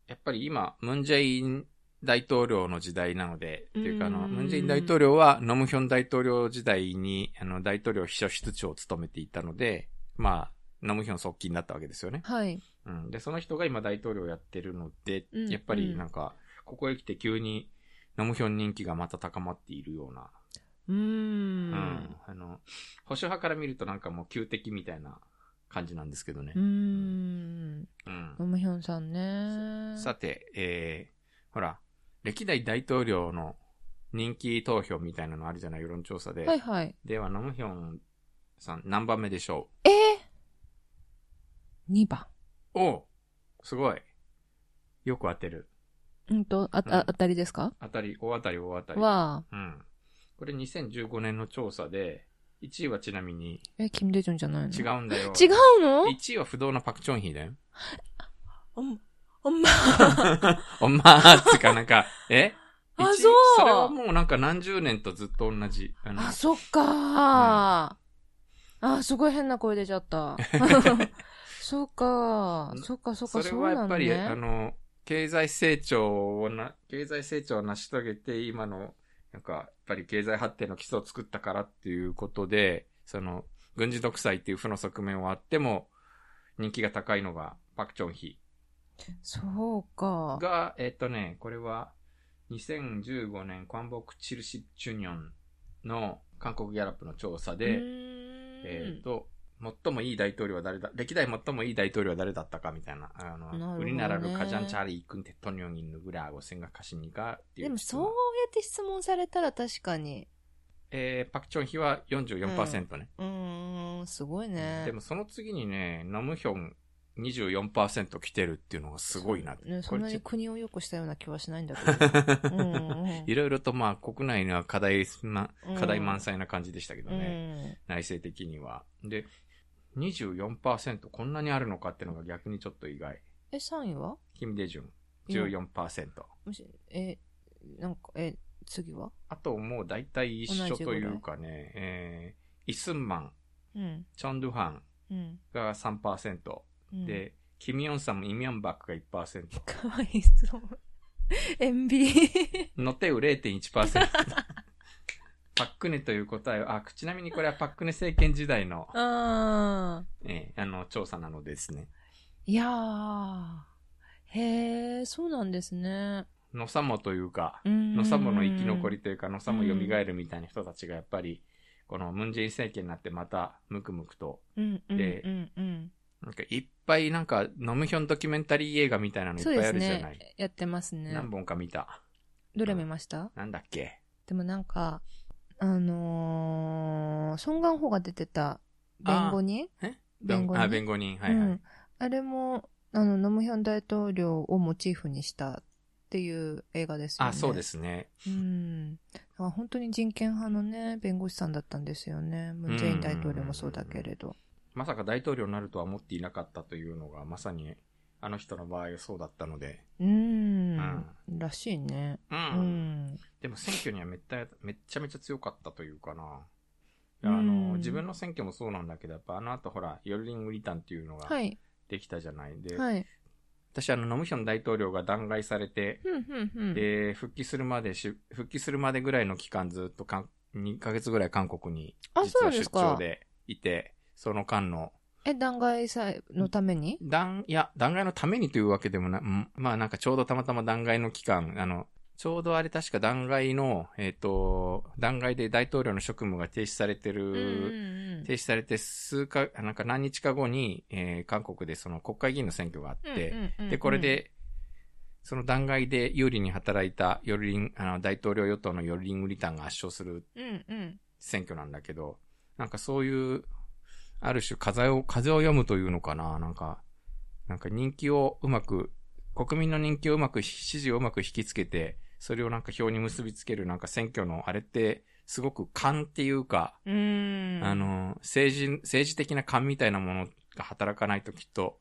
S2: やっぱり今、ムンジェイン大統領の時代なので、というかあの、
S1: うん
S2: ムンジェイン大統領はノムヒョン大統領時代に、あの、大統領秘書室長を務めていたので、まあ、ノムヒョン側近だったわけですよね。
S1: はい。
S2: うん。で、その人が今大統領をやってるので、
S1: うん
S2: やっぱりなんか、ここへ来て急に、ノムヒョン人気がまた高まっているような
S1: うー
S2: うんん。あの、保守派から見るとなんかもう旧敵みたいな感じなんですけどね
S1: うー。ん。
S2: うん
S1: ノムヒョンさんね。
S2: さて、えー、ほら、歴代大統領の人気投票みたいなのあるじゃない、世論調査で。
S1: はいはい。
S2: では、ノムヒョンさん何番目でしょ
S1: えー、!2 番。
S2: うおうすごい。よく当てる。
S1: うんと、あ、
S2: うん
S1: あ、当たりですか
S2: 当たり、大当たり、大当たり。
S1: は、
S2: うん。これ2015年の調査で、1位はちなみに
S1: え、キム・デジョンじゃないの
S2: 違うんだ
S1: 違
S2: よ。
S1: うの
S2: ?1 位は不動のパクチョンヒーだよ。
S1: おん、おんま。
S2: おんまーつかな んか、え
S1: あ
S2: 一
S1: そう
S2: それはもうなんか何十年とずっと同じ。あの
S1: あ、そっかー。あ、すごい変な声出 ちゃった。そうかー。そっか、そっ
S2: そ
S1: か、
S2: れ
S1: そ
S2: は
S1: う
S2: や
S1: な
S2: っ
S1: の
S2: ぱり、あ
S1: ね。
S2: の、経済成長をな、経済成長を成し遂げて、今の、なんか、やっぱり経済発展の基礎を作ったからっていうことで、その、軍事独裁っていう負の側面はあっても、人気が高いのが、パクチョンヒ
S1: そうか。
S2: が、えっとね、これは、2015年、韓国チルシチュニョンの韓国ギャラップの調査
S1: う
S2: で、
S1: ーん
S2: えっ、と、最もいい大統領は誰だ、歴代最もいい大統領は誰だったかみたいな、あ
S1: るほど
S2: の、
S1: ね
S2: ウリナラルカジャンチャーリー君テットニョンギンのグラーゴセンガカシニガっていう。
S1: でもそうやって質問されたら確かに。
S2: えーパクチョンヒは44%ね。
S1: うーん、すごいね。
S2: でもその次にね、ナムヒョン24%来てるっていうのがすごいな。
S1: そうねそ
S2: こ
S1: ん
S2: れ
S1: な
S2: ちょ
S1: に
S2: っと
S1: 国を良くしたような気はしないんだ けど。うんうん
S2: いろいろとまあ国内には課題ま
S1: うん、
S2: 課題満載な感じでしたけど
S1: う
S2: ね。
S1: ん。
S2: 内政的には。で、24%こんなにあるのかっていうのが逆にちょっと意外。
S1: え、3位は
S2: キム・デジュン14%。
S1: もし、え、なんか、え、次は
S2: あともう大体一緒というかね、えー、イスンマン、
S1: うん。
S2: チョン・ドゥファン
S1: うん。
S2: が3%、
S1: うん、
S2: で、キム・ヨンサム、イミョンバックが1%、
S1: かわいそう。塩ビ。
S2: ノテウ0.1%。パックネという答えは、あ、ちなみにこれはパックネ政権時代の、
S1: ああ。
S2: えーあの、調査なのですね。
S1: いやー。へえ、そうなんですね。
S2: ノサモというか、
S1: 野
S2: 野サモの生き残りというか、野サモ蘇るみたいな人たちがやっぱり、このムンジェイン政権になってまたムクムクと、
S1: うんうん
S2: で
S1: うんうん
S2: なんかいっぱいなんか、ノムヒョンドキュメンタリー映画みたいなのいっ
S1: そ
S2: ぱ
S1: う
S2: い
S1: で
S2: あ
S1: す
S2: るじゃない。
S1: ね。やってますね。
S2: 何本か見た。
S1: どれ見ました
S2: なんだっけ
S1: でもなんか、あのー、ソン・ガンホが出てた弁護人
S2: え
S1: 弁護人
S2: あ、弁護人。はいは
S1: う
S2: い。
S1: ん、あれも、あの、ノムヒョン大統領をモチーフにしたっていう映画ですよね。
S2: あ、そうで。すね。
S1: うん。だから本当に人権派のね、弁護士さんだったんですよね。ムン・ジェイン大統領もそうだけれど。
S2: まさか大統領になるとは思っていなかったというのが、まさに、あの人の場合はそうだったので。
S1: うん。らしいね。
S2: う。
S1: うんん。
S2: でも選挙にはめっためっちゃめちゃ強かったというかな。あ
S1: うん
S2: の、自分の選挙もそうなんだけど、やっぱあの後ほら、ヨルリン・ウリタンっていうのが
S1: はい。
S2: できたじゃない。で、
S1: はい。
S2: 私あの、ノムヒョン大統領が弾劾されて、
S1: ふんふんふん。
S2: で、復帰するまでし、復帰するまでぐらいの期間ずっとかん、2ヶ月ぐらい韓国に、
S1: あそうなん
S2: 実は
S1: で
S2: 出
S1: すか
S2: 張でいて、その間の、
S1: え、弾劾祭のために
S2: 弾、いや、弾劾のためにというわけでもな、うんまあなんかちょうどたまたま弾劾の期間、あの、ちょうどあれ確か弾劾の、えっ、と、弾劾で大統領の職務が停止されて
S1: う
S2: る、
S1: ん
S2: 停止されて数か、なんか何日か後に、えー韓国でその国会議員の選挙があって、で、これ、で、その弾劾で有利に働いたヨルリン、あの、大統領与党のヨルリン・ウリタンが圧勝する
S1: うんうん。
S2: 選挙なんだけど、なんかそういう、ある種風を、風を読むというのかな、なんか、なんか人気をうまく、国民の人気をうまく、支持をうまく引きつけて、それをなんか票に結びつける、なんか選挙のあれって、すごく勘っていうか、
S1: うん。
S2: あ、の、政治、政治的な勘みたいなものが働かないときっと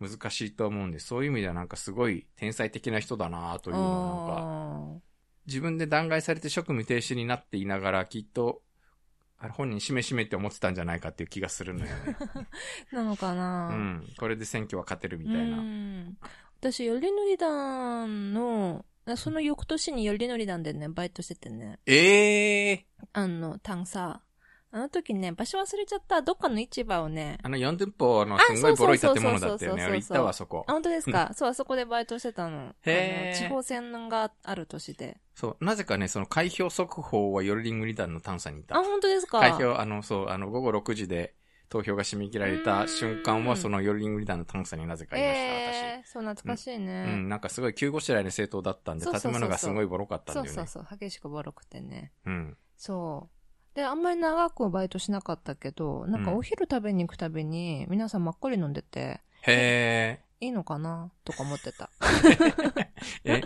S2: 難しいと思うんで、そういう意味ではなんかすごい天才的な人だなというのをなんか、自分で弾劾されて職務停止になっていながらきっと、あれ本人しめしめって思ってたんじゃないかっていう気がするのよね。
S1: なのか
S2: う
S1: な。
S2: ん。これで選挙は勝てるみたいな。
S1: な。私、よりのり団の、あその翌年によりのり団でね、バイトしててね、
S2: ええー
S1: あの、探査。あの時ね、場所忘れちゃった、どっかの市場をね、
S2: あの四店舗のすんごいボロい建物だった
S1: あそうそうそうそうそ
S2: よね。あ
S1: うそう
S2: れ行ったわ、そこ
S1: あ、。本当ですかそう、あそこでバイトしてたの。
S2: へー
S1: あの地方線がある年で。
S2: そう。なぜかね、その開票速報はヨルリングリダンの探査にいた。
S1: あ、本当ですか
S2: 開票、あの、そう、あの、午後6時で投票が締め切られ
S1: うーん
S2: た瞬間は、そのヨルリングリダーの探査になぜかいました、
S1: ええー、そう、懐かしいね。
S2: 私。うん、なんかすごい急ごしらいの政党だったんで、
S1: そうそうそうそう
S2: 建物がすごいボロかったんだ
S1: そ
S2: よ
S1: う
S2: ね。
S1: そうそう、激しくボロくてね。
S2: うん。
S1: そう。で、あんまり長くバイトしなかったけど、なんか
S2: うん
S1: お昼食べに行くたびに、皆さんまっこり飲んでて、
S2: へ
S1: いいのかなとか思ってた。
S2: え。え、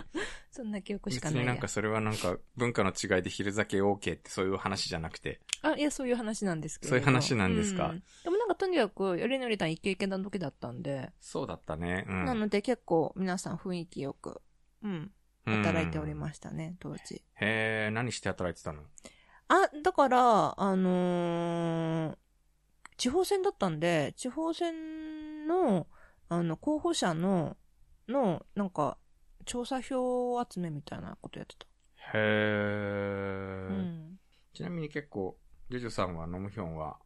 S1: そんな記憶しか
S2: 別
S1: ない
S2: に
S1: や
S2: なんかそれはなんか文化の違いで昼酒 OK ってそういう話じゃなくて。
S1: あ、いや、そういう話なんですけど。
S2: そういう話なんですか
S1: うんでもなんかとにかく、よりのりたんイケイケな時だったんで、
S2: そうだったね。うん。
S1: なので結構皆さん雰囲気よく、うん、働いており
S2: す。
S1: ましたね、当時。
S2: へえ、何して働いてたの
S1: あ、だから、あのー地方選だったんで、地方選の、あの、候補者の、の、なんか、調査票集めみたいなことやってた。
S2: へ
S1: う
S2: ー、
S1: ん。
S2: ちなみに結構、ジョジョさんはノムヒョンは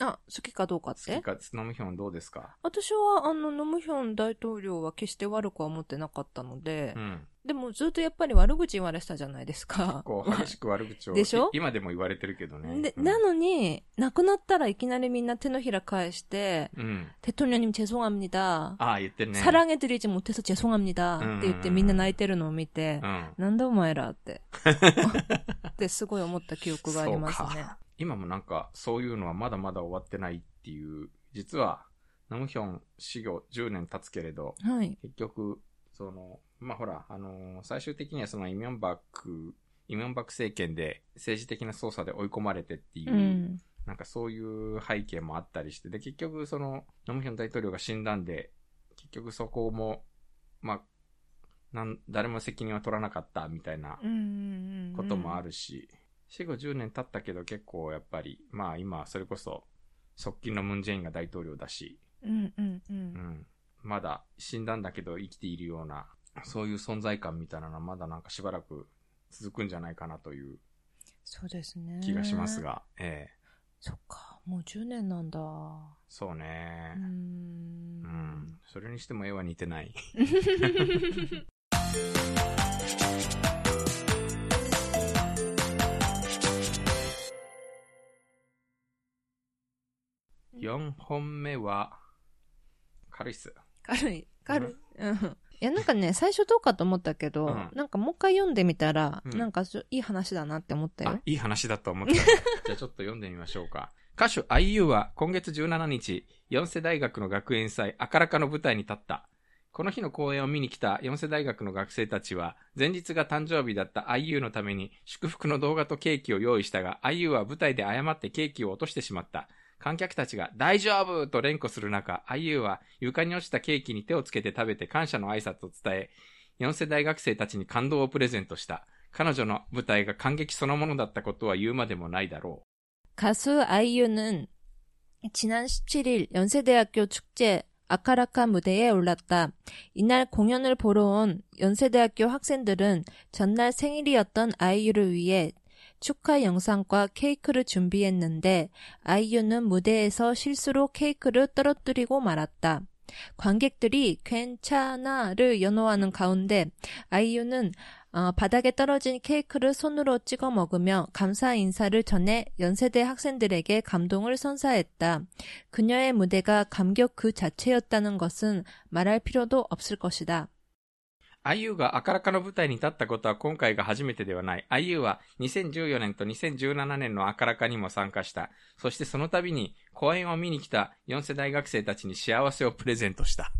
S1: あ、好きかどうかっ
S2: 好き
S1: て
S2: か、ノムヒョンどうですか
S1: 私は、あの、ノムヒョン大統領は決して悪くは思ってなかったので、
S2: うん。
S1: でもずっとやっぱり悪口言われてたじゃないですか。
S2: こう、激しく悪口を。
S1: でしょ
S2: い今でも言われてるけどね。
S1: で、
S2: うん
S1: なのに、亡くなったらいきなりみんな手のひら返して、
S2: うん。
S1: 대통령님죄송합니다。
S2: ああ、言ってるね。うん。
S1: 사랑해드리지 못해서 죄송합니다.
S2: 음.
S1: って言ってみんな泣いてるのを見て、なんだお前ら って。ってすごい思った記憶があります
S2: そう
S1: ね。
S2: か今もなんか、そういうのはまだまだ終わってないっていう、実は、ナムヒョン死後10年経つけれど、
S1: はい。
S2: 結局、その、まあ、ほら、あのー最終的にはそのイミョンバク、イミョンバク政権で政治的な操作で追い込まれてっていう、
S1: うん。
S2: なんかそういう背景もあったりして、で、結局その、ノムヒョン大統領が死んだんで、結局そこも、まあ、なん、誰も責任は取らなかったみたいな
S1: うん
S2: こともあ
S1: る。
S2: るし、死後10年経ったけど結構やっぱり、まあ今、それこそ、側近のムンジェインが大統領だし、
S1: うんうんう。
S2: うんん。まだ死んだんだけど生きているような、そういう存在感みたいなのはまだなんかしばらく続くんじゃないかなという
S1: そうですね。
S2: 気がします。が、ええ
S1: そっか、もう10年なんだ。
S2: そうね
S1: うー
S2: うんん。それにしても絵は似てない。4本目は、軽いっす。
S1: 軽い。軽い。うん。いや、なんかね、最初どうかと思ったけど、
S2: うん
S1: なんかもう一回読んでみたら、
S2: うん
S1: なんかそいい話だなって思った
S2: あ
S1: よ。、
S2: いい話だと 思った。じゃあちょっと読んでみましょうか。歌手 IU は今月17日、四世大学の学園祭、あからかの舞台に立った。この日の公演を見に来た四世大学の学生たちは、前日が誕生日だった IU のために祝福の動画とケーキを用意したが、IU は舞台で誤ってケーキを落としてしまった。観客たちが大丈夫と連呼する中、IU は床に落ちたケーキに手をつけて食べて感謝の挨拶を伝え、四世大学生たちに感動をプレゼントした。彼女の舞台が感激そのものだったことは言うまでもないだろ
S1: 가수 아이유는 지난 17일 연세대학교 축제 아카라카 무대에 올랐다. 이날 공연을 보러 온 연세대학교 학생들은 전날 생일이었던 아이유를 위해 축하 영상과 케이크를 준비했는데 아이유는 무대에서 실수로 케이크를 떨어뜨리고 말았다. 관객들이 괜찮아를 연호하는 가운데 아이유는 어, 바닥에 떨어진 케이크를 손으로 찍어 먹으며 감사 인사를 전해 연세대 학생들에게 감동을 선사했다. 그녀의 무대가 감격 그 자체였다는 것은 말할 필요도 없을 것이다.
S2: う。IU があからかの舞台に立ったことは今回が初めてではない。IU は2014年と2017年のあからかにも参加した。そしてその度に公演を見に来た4世大学生たちに幸せをプレゼントした。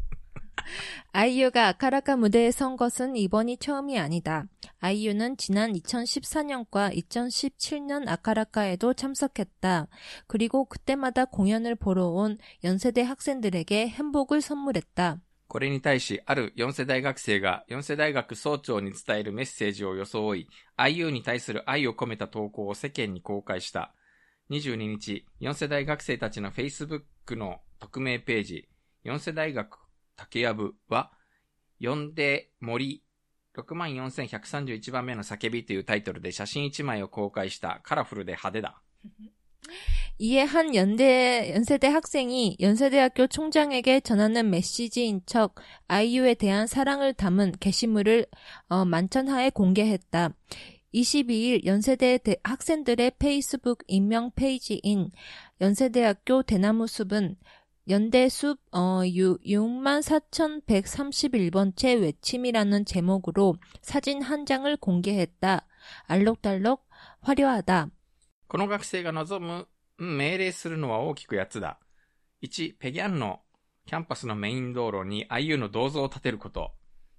S1: 아이유가 아카라카 무대에 선 것은 이번이 처음이 아니다. 아이유는 지난 2014년과 2017년 아카라카에도 참석했다. 그리고 그때마다 공연을 보러 온 연세대 학생들에게 행복을 선물했다.
S2: これに対し、ある4世大学生が4世大学総長に伝えるメッセージを装い、IU に対する愛を込めた投稿を世間に公開した。22日、4世大学生たちの Facebook の匿名ページ、4世大学竹やぶは、呼んで森64,131番目の叫びというタイトルで写真1枚を公開したカラフルで派手だ。
S1: 이에 한 연대 연세대 학생이 연세대학교 총장에게 전하는 메시지인 척 아이유에 대한 사랑을 담은 게시물을 어, 만천하에 공개했다. 22일 연세대 대- 학생들의 페이스북 인명 페이지인 연세대학교 대나무숲은 연대숲 어, 64,131번째 외침이라는 제목으로 사진 한 장을 공개했다. 알록달록 화려하다.
S2: この学生が望む、うん命令するのは大きく8つだ。1、ペギャンのキャンパスのメイン道路に IU の銅像を建てること。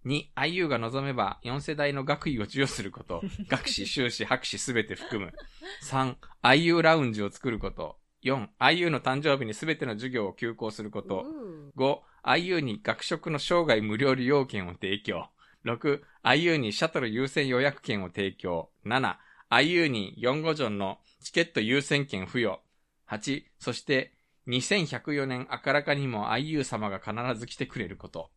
S2: 2、IU が望めば4世代の学位を授与すること。学士、修士、博士すべて含む。3、IU ラウンジを作ること。4、IU の誕生日にすべての授業を休校すること。5、IU に学食の生涯無料利用券を提供。6、IU にシャトル優先予約券を提供。7、IU に4五条のチケット優先権付与。8、そして2104年あからかにも IU 様が必ず来てくれること。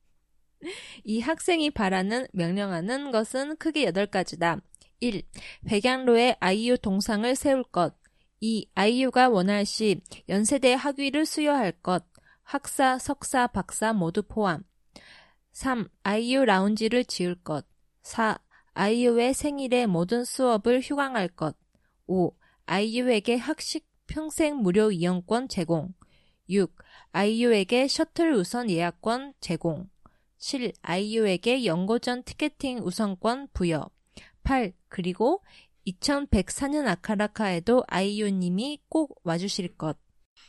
S1: 이 학생이 바라는, 명령하는 것은 크게 8가지다. 1. 백양로에 아이유 동상을 세울 것. 2. 아이유가 원할 시 연세대 학위를 수여할 것. 학사, 석사, 박사 모두 포함. 3. 아이유 라운지를 지을 것. 4. 아이유의 생일에 모든 수업을 휴강할 것. 5. 아이유에게 학식 평생 무료 이용권 제공. 6. 아이유에게 셔틀 우선 예약권 제공. 7. 아이유에게 연고전 티켓팅 우선권 부여. 8. 그리고 2104년 아카라카에도 아이유님이 꼭 와주실 것.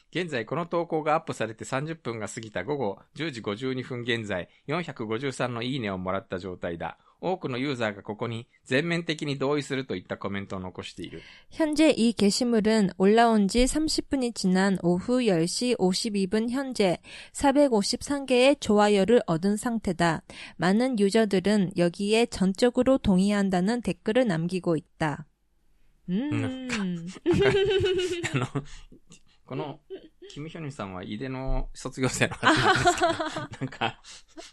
S2: 現在この投稿がアップされて30分が過ぎた午後10時52分現在453のいいねをもらった状態だ。多くのユーザーがここに全面的に同意するといったコメントを残している。
S1: 현재 이 게시물은 올라온 지 30분이 지난 오후 10시 52분 현재 453개의 좋아요를 얻은 상태다. 많은 유저들은 여기에 전적으로 동의한다는 댓글을 남기고 있다. 음.
S2: あの、この、キムヒョニュさんは、井出の卒業 生の話なんですけど、
S1: 아,
S2: なんか、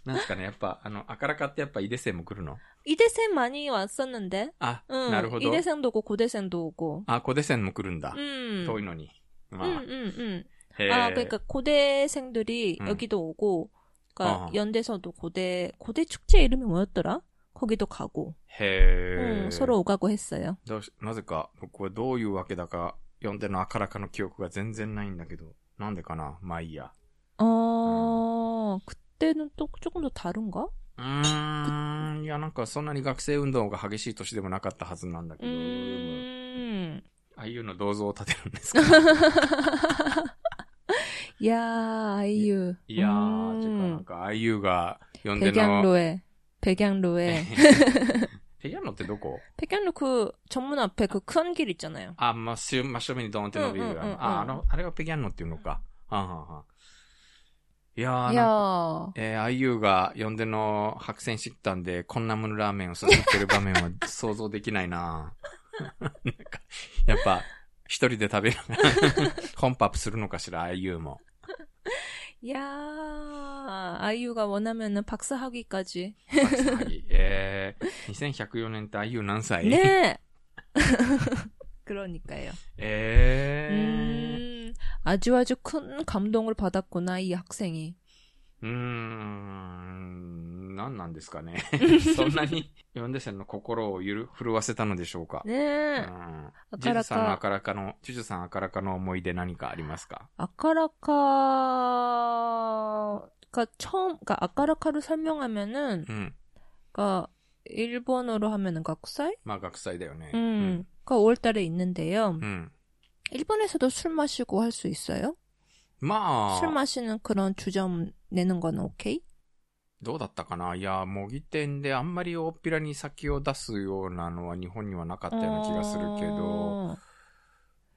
S2: なんですかね、やっぱ、あの、あからかってやっぱ井出生も来るの
S1: 이대생 많이 왔었는데.
S2: あ、
S1: 응,
S2: なるほど。
S1: 이대생도 오고 고대생도 오고.
S2: あ、小出生も来るんだ。
S1: 음.
S2: 遠いのに。まあ、
S1: 음, 음, 음.
S2: へー
S1: 아, 그러니까 고대생들이
S2: 음.
S1: 여기도 오고, 그러니까
S2: 어.
S1: 연대서도 고대 고대 축제 이름이 뭐였더라? 거기도 가고,
S2: へ
S1: 음,
S2: ー
S1: 서로 오가고 했어요.
S2: どうしなぜか、僕はどういうわけだか、読んでのあからかの記憶が全然ないんだけど、なんでかなまあいいや。
S1: 어, 그때는 또 조금 더 다른가?
S2: うーん、いや、なんかそんなに学生運動が激しい年でもなかったはずなんだけど、
S1: 음,
S2: ああいうの銅像を建てるんですか
S1: 야, 아이유.
S2: いやー、てかなん
S1: 음,
S2: か、IU が呼んでの。
S1: 백양로에, 백양로에.
S2: ペギャンロってどこ
S1: 백양로 그 정문 앞에 그 큰 길 있잖아요.
S2: あ、真っ白真っ正面にドーンって伸びる。
S1: うんうんうんうん
S2: あ、あの、あれがペギャンロっていうのか。はんはんはんいや
S1: 아, 야,
S2: ー、えー、IU が呼んでの白線知ったんで、こんなムラーメンをすすってる場面は想像できないな なんか、やっぱ、一人で食べる。 本パップするのかしら、IU も。
S1: 야, 아이유가 원하면은 박사 학위까지.
S2: 爆詐欺えー、2104年って IU 何歳
S1: 네. 그러니까요.
S2: 네. え
S1: 음, 아주 아주 큰 감동을 받았구나 이 학생이.
S2: ー、うーん、何なんですかね。そんなに、呼んでせんの心をゆる震わせたのでしょうか。
S1: 네.
S2: うんジュジュさんのア
S1: 아카라카.
S2: カラカの、ジュジュさんアカラカの思い出何かありますか
S1: 아카라카가 처음, 그러니까 아카라카를 설명하면은,
S2: うん。
S1: 그러니까 일본어로 하면은 각사이?
S2: まあ学祭だよね。
S1: 음. 그러니까 5월달에 있는데요.
S2: うん。うん。
S1: 일본에서도 술 마시고 할 수 있어요?
S2: ま
S1: 술
S2: あ、
S1: 마시는 그런 주점 내는 건 오케이?
S2: どうだったかないや、模擬店であんまり大っぴらに先を出すようなのは日本にはなかったような気がするけど、
S1: 어,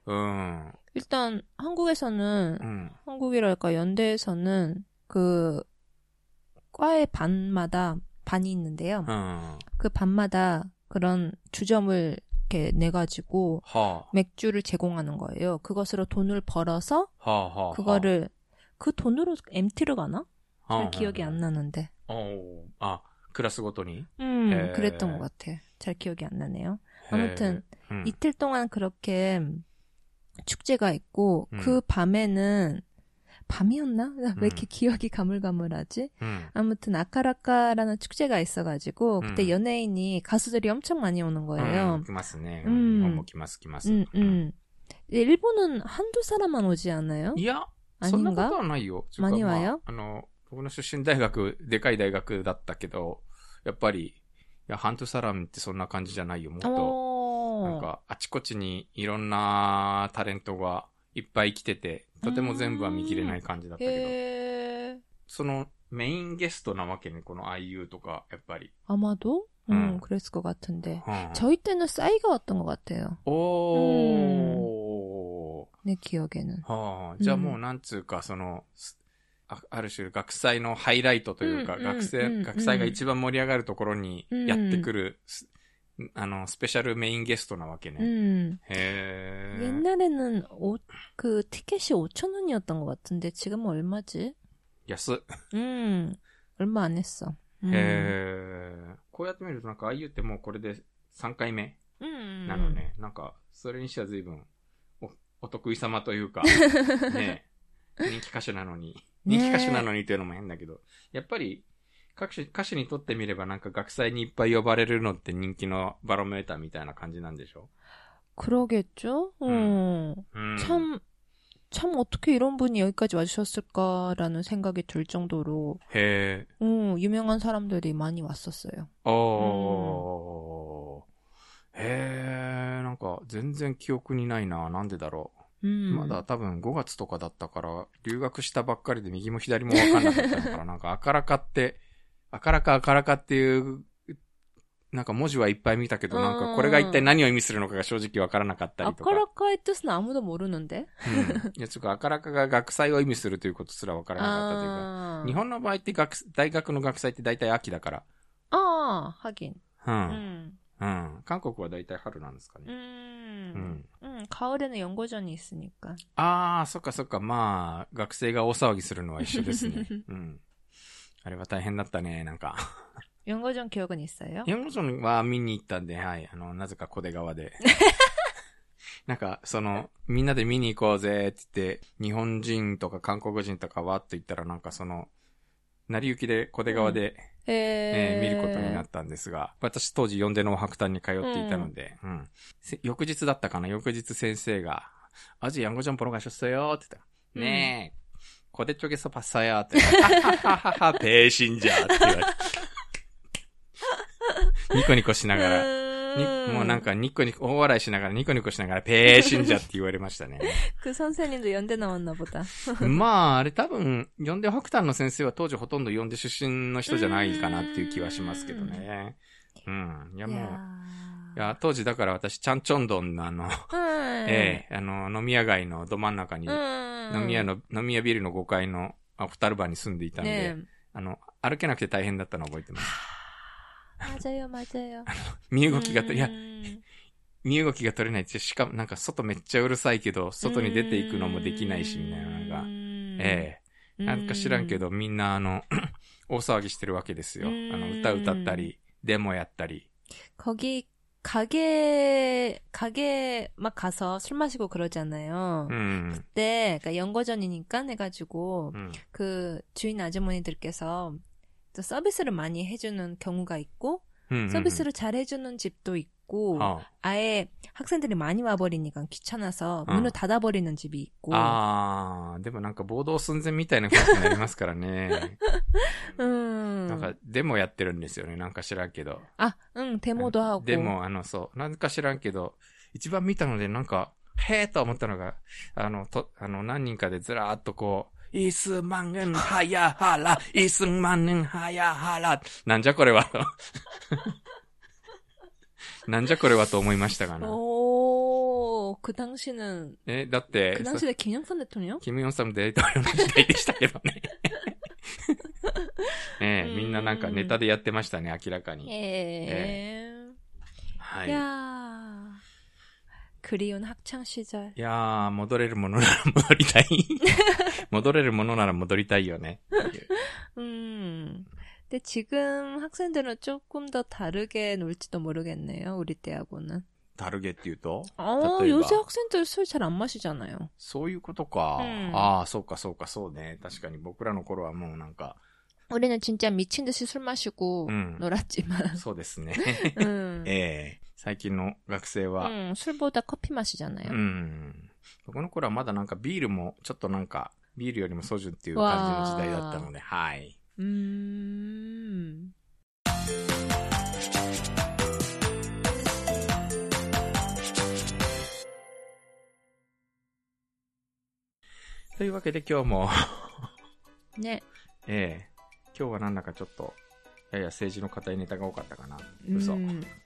S2: うん。
S1: 일단 한국에서는
S2: うん。
S1: 한국이랄까 연대에서는 그 과의 반마다 반이 있는데요.
S2: うん。は
S1: 그 반마다 그런 주점을 이렇게 내 가지고
S2: あ。は
S1: 맥주를 제공하는 거예요. 그것으로 돈을 벌어서
S2: あ、はあ。
S1: 그거를 그 돈으로 MT를 가나?
S2: は
S1: 잘
S2: あ、
S1: 기억이 안 나는데.
S2: おおーあ、クラスごとに
S1: 음,
S2: 네.
S1: 그랬던 것 같아. 잘 기억이 안 나네요.
S2: へー
S1: 아무튼
S2: うん、
S1: 이틀 동안 그렇게 축제가 있고
S2: 음.
S1: 그 밤에는 밤이었나? 왜 이렇게 기억이 가물가물하지?
S2: うん。
S1: 아무튼 아카라카라는 축제가 있어가지고 그때
S2: 음.
S1: 연예인이 가수들이 엄청 많이 오는
S2: うん
S1: 거예요.
S2: 来ますね。
S1: う
S2: うんん。日本も来ます、来ます。
S1: 음, 음. 일본은 한두 사람만 오지 않아요?
S2: いや、そんなこと
S1: 아닌가?
S2: はないよ。
S1: 間に合わよ
S2: まああの、僕の出身大学、でかい大学だったけど、やっぱり、いや、ハントサラムってそんな感じじゃないよ。もっと、
S1: 오.
S2: なんか、あちこちにいろんなタレントがいっぱい来てて、とても全部は見切れない感じだったけど、
S1: 예.
S2: そのメインゲストなわけね、この IU とか、やっぱり。
S1: 아마도? 음,
S2: 음.
S1: 그랬을 것 같은데.
S2: うん
S1: 저희 때는 싸이가 왔던 것 같아요.
S2: おー。
S1: 내 기억에는.
S2: はあ、じゃあ
S1: うん
S2: もうなんつうか、その、すあある種学祭のハイライトというか、
S1: うん
S2: 学
S1: うんう
S2: 生、
S1: ん
S2: 学祭が一番盛り上がるところにやってくる、すあの、スペシャルメインゲストなわけね。
S1: 음.
S2: へえ。
S1: 옛날에는 오, 그 티켓이 5천 원이었던 것 같은데 지금 은 얼마지?
S2: 安っ。
S1: 음, 얼마 안 했어. うん
S2: 네. えーこうやって見るとなんか IU ってもうこれで3回目
S1: うん
S2: なのね、なんか、それにしては随分、お、お得意様と いうか、ねえ、人気歌手なのに、
S1: ねえ
S2: 人気歌手なのにというのも変だけど、やっぱり、各種、歌手にとってみればなんか学祭にいっぱい呼ばれるのって人気のバロメーターみたいな感じなんでしょ
S1: 그러겠죠?
S2: 음.
S1: 음.
S2: うん。
S1: 참, 참 어떻게 이런 분이 여기까지 와주셨을까라는 생각이 들 정도로,
S2: へえ、
S1: 음, 유명한 사람들이 많이 왔었어요.
S2: おー。へえ、なんか全然記憶にないな。なんでだろう。
S1: 음.
S2: まだ多分5月とかだったから、留学したばっかりで右も左もわかんなかった から、なんか、あからかって、あからかあからかっていう、なんか文字はいっぱい見たけど、
S1: うん
S2: なんかこれが一体何を意味するのかが正直わからなかったりとか。
S1: 아카라카의 뜻은 아무도 모르는데?
S2: うんいや、ちょっとあからかが学祭を意味するということすらわからなかったというか。
S1: 아,
S2: 日本の場合って学、大学の学祭って大体秋だから。
S1: 아, 하긴.
S2: うん。
S1: 음.
S2: うん。韓国は大体春なんですかね。
S1: 음.
S2: うん。
S1: 음, 가을에는 연고전이 있으니까.
S2: ああ、そっかそっか。まあ、学生が大騒ぎするのは一緒です ね。うん。あれは大変だったね、なんか。
S1: 연고전 기억은 있어요?
S2: ヤンゴジョンは見に行ったんで、はい。あの、なぜか小出川で。なんか、その、みんなで見に行こうぜって言って、日本人とか韓国人とかわーっと言ったら、なんかその、成り行きで小出川で、
S1: え
S2: え
S1: 네,
S2: ー見ることにな
S1: っ
S2: ったんですが、私当時四での白炭に通っていたので、うん、せ翌日だったかな翌日先生が、アジヤンゴジョンポロガショッソよーって言ったら、
S1: うん
S2: ねえ、こでちょげそパッサやーって言 われて、ははははは、ペーシンジャーって言われて。 ニコニコしながら、
S1: 음.
S2: に
S1: 뭐
S2: もうなんかニコニコ、大笑いしながらニコニコしながら、ペーシンジャーって言われましたね。
S1: 그 선생님도 연대 나왔나 보다.
S2: まあ、あれ多分、呼んで白炭の先生は当時ほとんど呼んで出身の人じゃないかなっていう気はしますけどね。うん。いや
S1: 뭐.
S2: もう、いや、当時だから私、チャンチョンドンのあの、
S1: 음. 예.
S2: ええあの、飲み屋街のど真ん中に、飲み屋の、飲み屋ビルの5階のアフタルバーに住んでいたんで、
S1: 네.
S2: あの、歩けなくて大変だったの覚えてます。
S1: 맞아요, 맞아요.
S2: 身動きがと、いや、
S1: 음.
S2: 身動きが取れないって、しかもなんか外めっちゃうるさいけど、外に出ていく
S1: 뭐
S2: のもできないし、みたいなのが、
S1: 음.
S2: ええ
S1: 음.
S2: なんか知らんけど、みんなあの、 大騒ぎしてるわけですよ。あ
S1: うーん
S2: の、歌歌ったり、デモやったり。
S1: 거기 가게 가게 막 가서 술 마시고 그러잖아요.
S2: うん。
S1: 그때 그러니까 연거전이니까 해가지고
S2: うん。
S1: 그 주인 아주머니들께서 또 서비스를 많이 해주는 경우가 있고
S2: うん。
S1: 서비스를 잘 해주는 집도 있고
S2: あ
S1: 음, 아예 학생들이 많이 와버리니까 귀찮아서
S2: 어.
S1: 문을 닫아버리는 집이 있고
S2: あー、でもなんか暴動寸前みたいな感じになりますからね。
S1: 음.
S2: なんか、デモやってるんですよね。なんか知らんけど。
S1: 아, 응, 데모도 하고.
S2: でも、あの、そう、なんか知らんけど、一番見たので、なんか、へーと思ったのが、あの、と、あの、何人かでずらーっとこう、イスマンゲンハヤハラ、イスマンゲンハヤハラ、なんじゃこれは。なんじゃこれはと思いましたがな。
S1: 오, 그 당시는,
S2: え、だっ
S1: 그
S2: て、そ
S1: 당시에 김영선 대통령?
S2: キム・ヨンサム大統領の時代でしたけどね。ねえ、みんななんかネタでやってましたね、明らか
S1: 예.
S2: に。はい。
S1: 야 그리운 학창 시절.
S2: いやー、戻れるものなら戻りたい。戻れるものなら戻りたいよね。
S1: 음. 근데 지금 학생들은 조금 더 다르게 놀지도 모르겠네요, 우리 때하고는.
S2: ダルゲって言うと
S1: 어,
S2: 또
S1: 요새
S2: 이봐.
S1: 학생들 술 잘 안 마시잖아요.
S2: そういうことか。
S1: うん
S2: ああ、そうかそうかそうね。確かに僕らの頃はもうなんか、
S1: 우리는 진짜 미친 듯이 술 마시고
S2: 음.
S1: 놀았지만.
S2: そうです ね。
S1: 음.
S2: ええ最近の学生は、
S1: 음, 술보다 커피
S2: う
S1: 마시잖아요.
S2: ん。僕の頃はまだなんかビールも、ちょっとなんか、ビールよりもソジュンっていう感じの時代だったので、はい。
S1: 음.
S2: というわけで今日も、
S1: 네.
S2: ええ今日はなんだかちょっと、やや政治の硬いネタが多かったかな。
S1: 음.
S2: 그래서.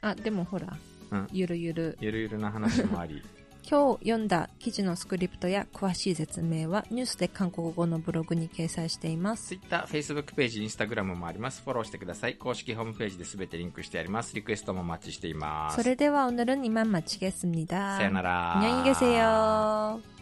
S1: 아, 근데 호라.
S2: 응.
S1: 유르 유르.
S2: ゆるゆるな話もあり、
S1: 今日読んだ記事のスクリプトや詳しい説明はニュースで韓国語のブログに掲載しています。
S2: ツイッター、フェイスブックページ、インスタグラムもあります。フォローしてください。公式ホームページで全てリンクしてあります。リクエストもお
S1: 아.
S2: 待ちしています。
S1: それでは오늘은이만마치겠습니다
S2: さよなら。
S1: 안녕히계세요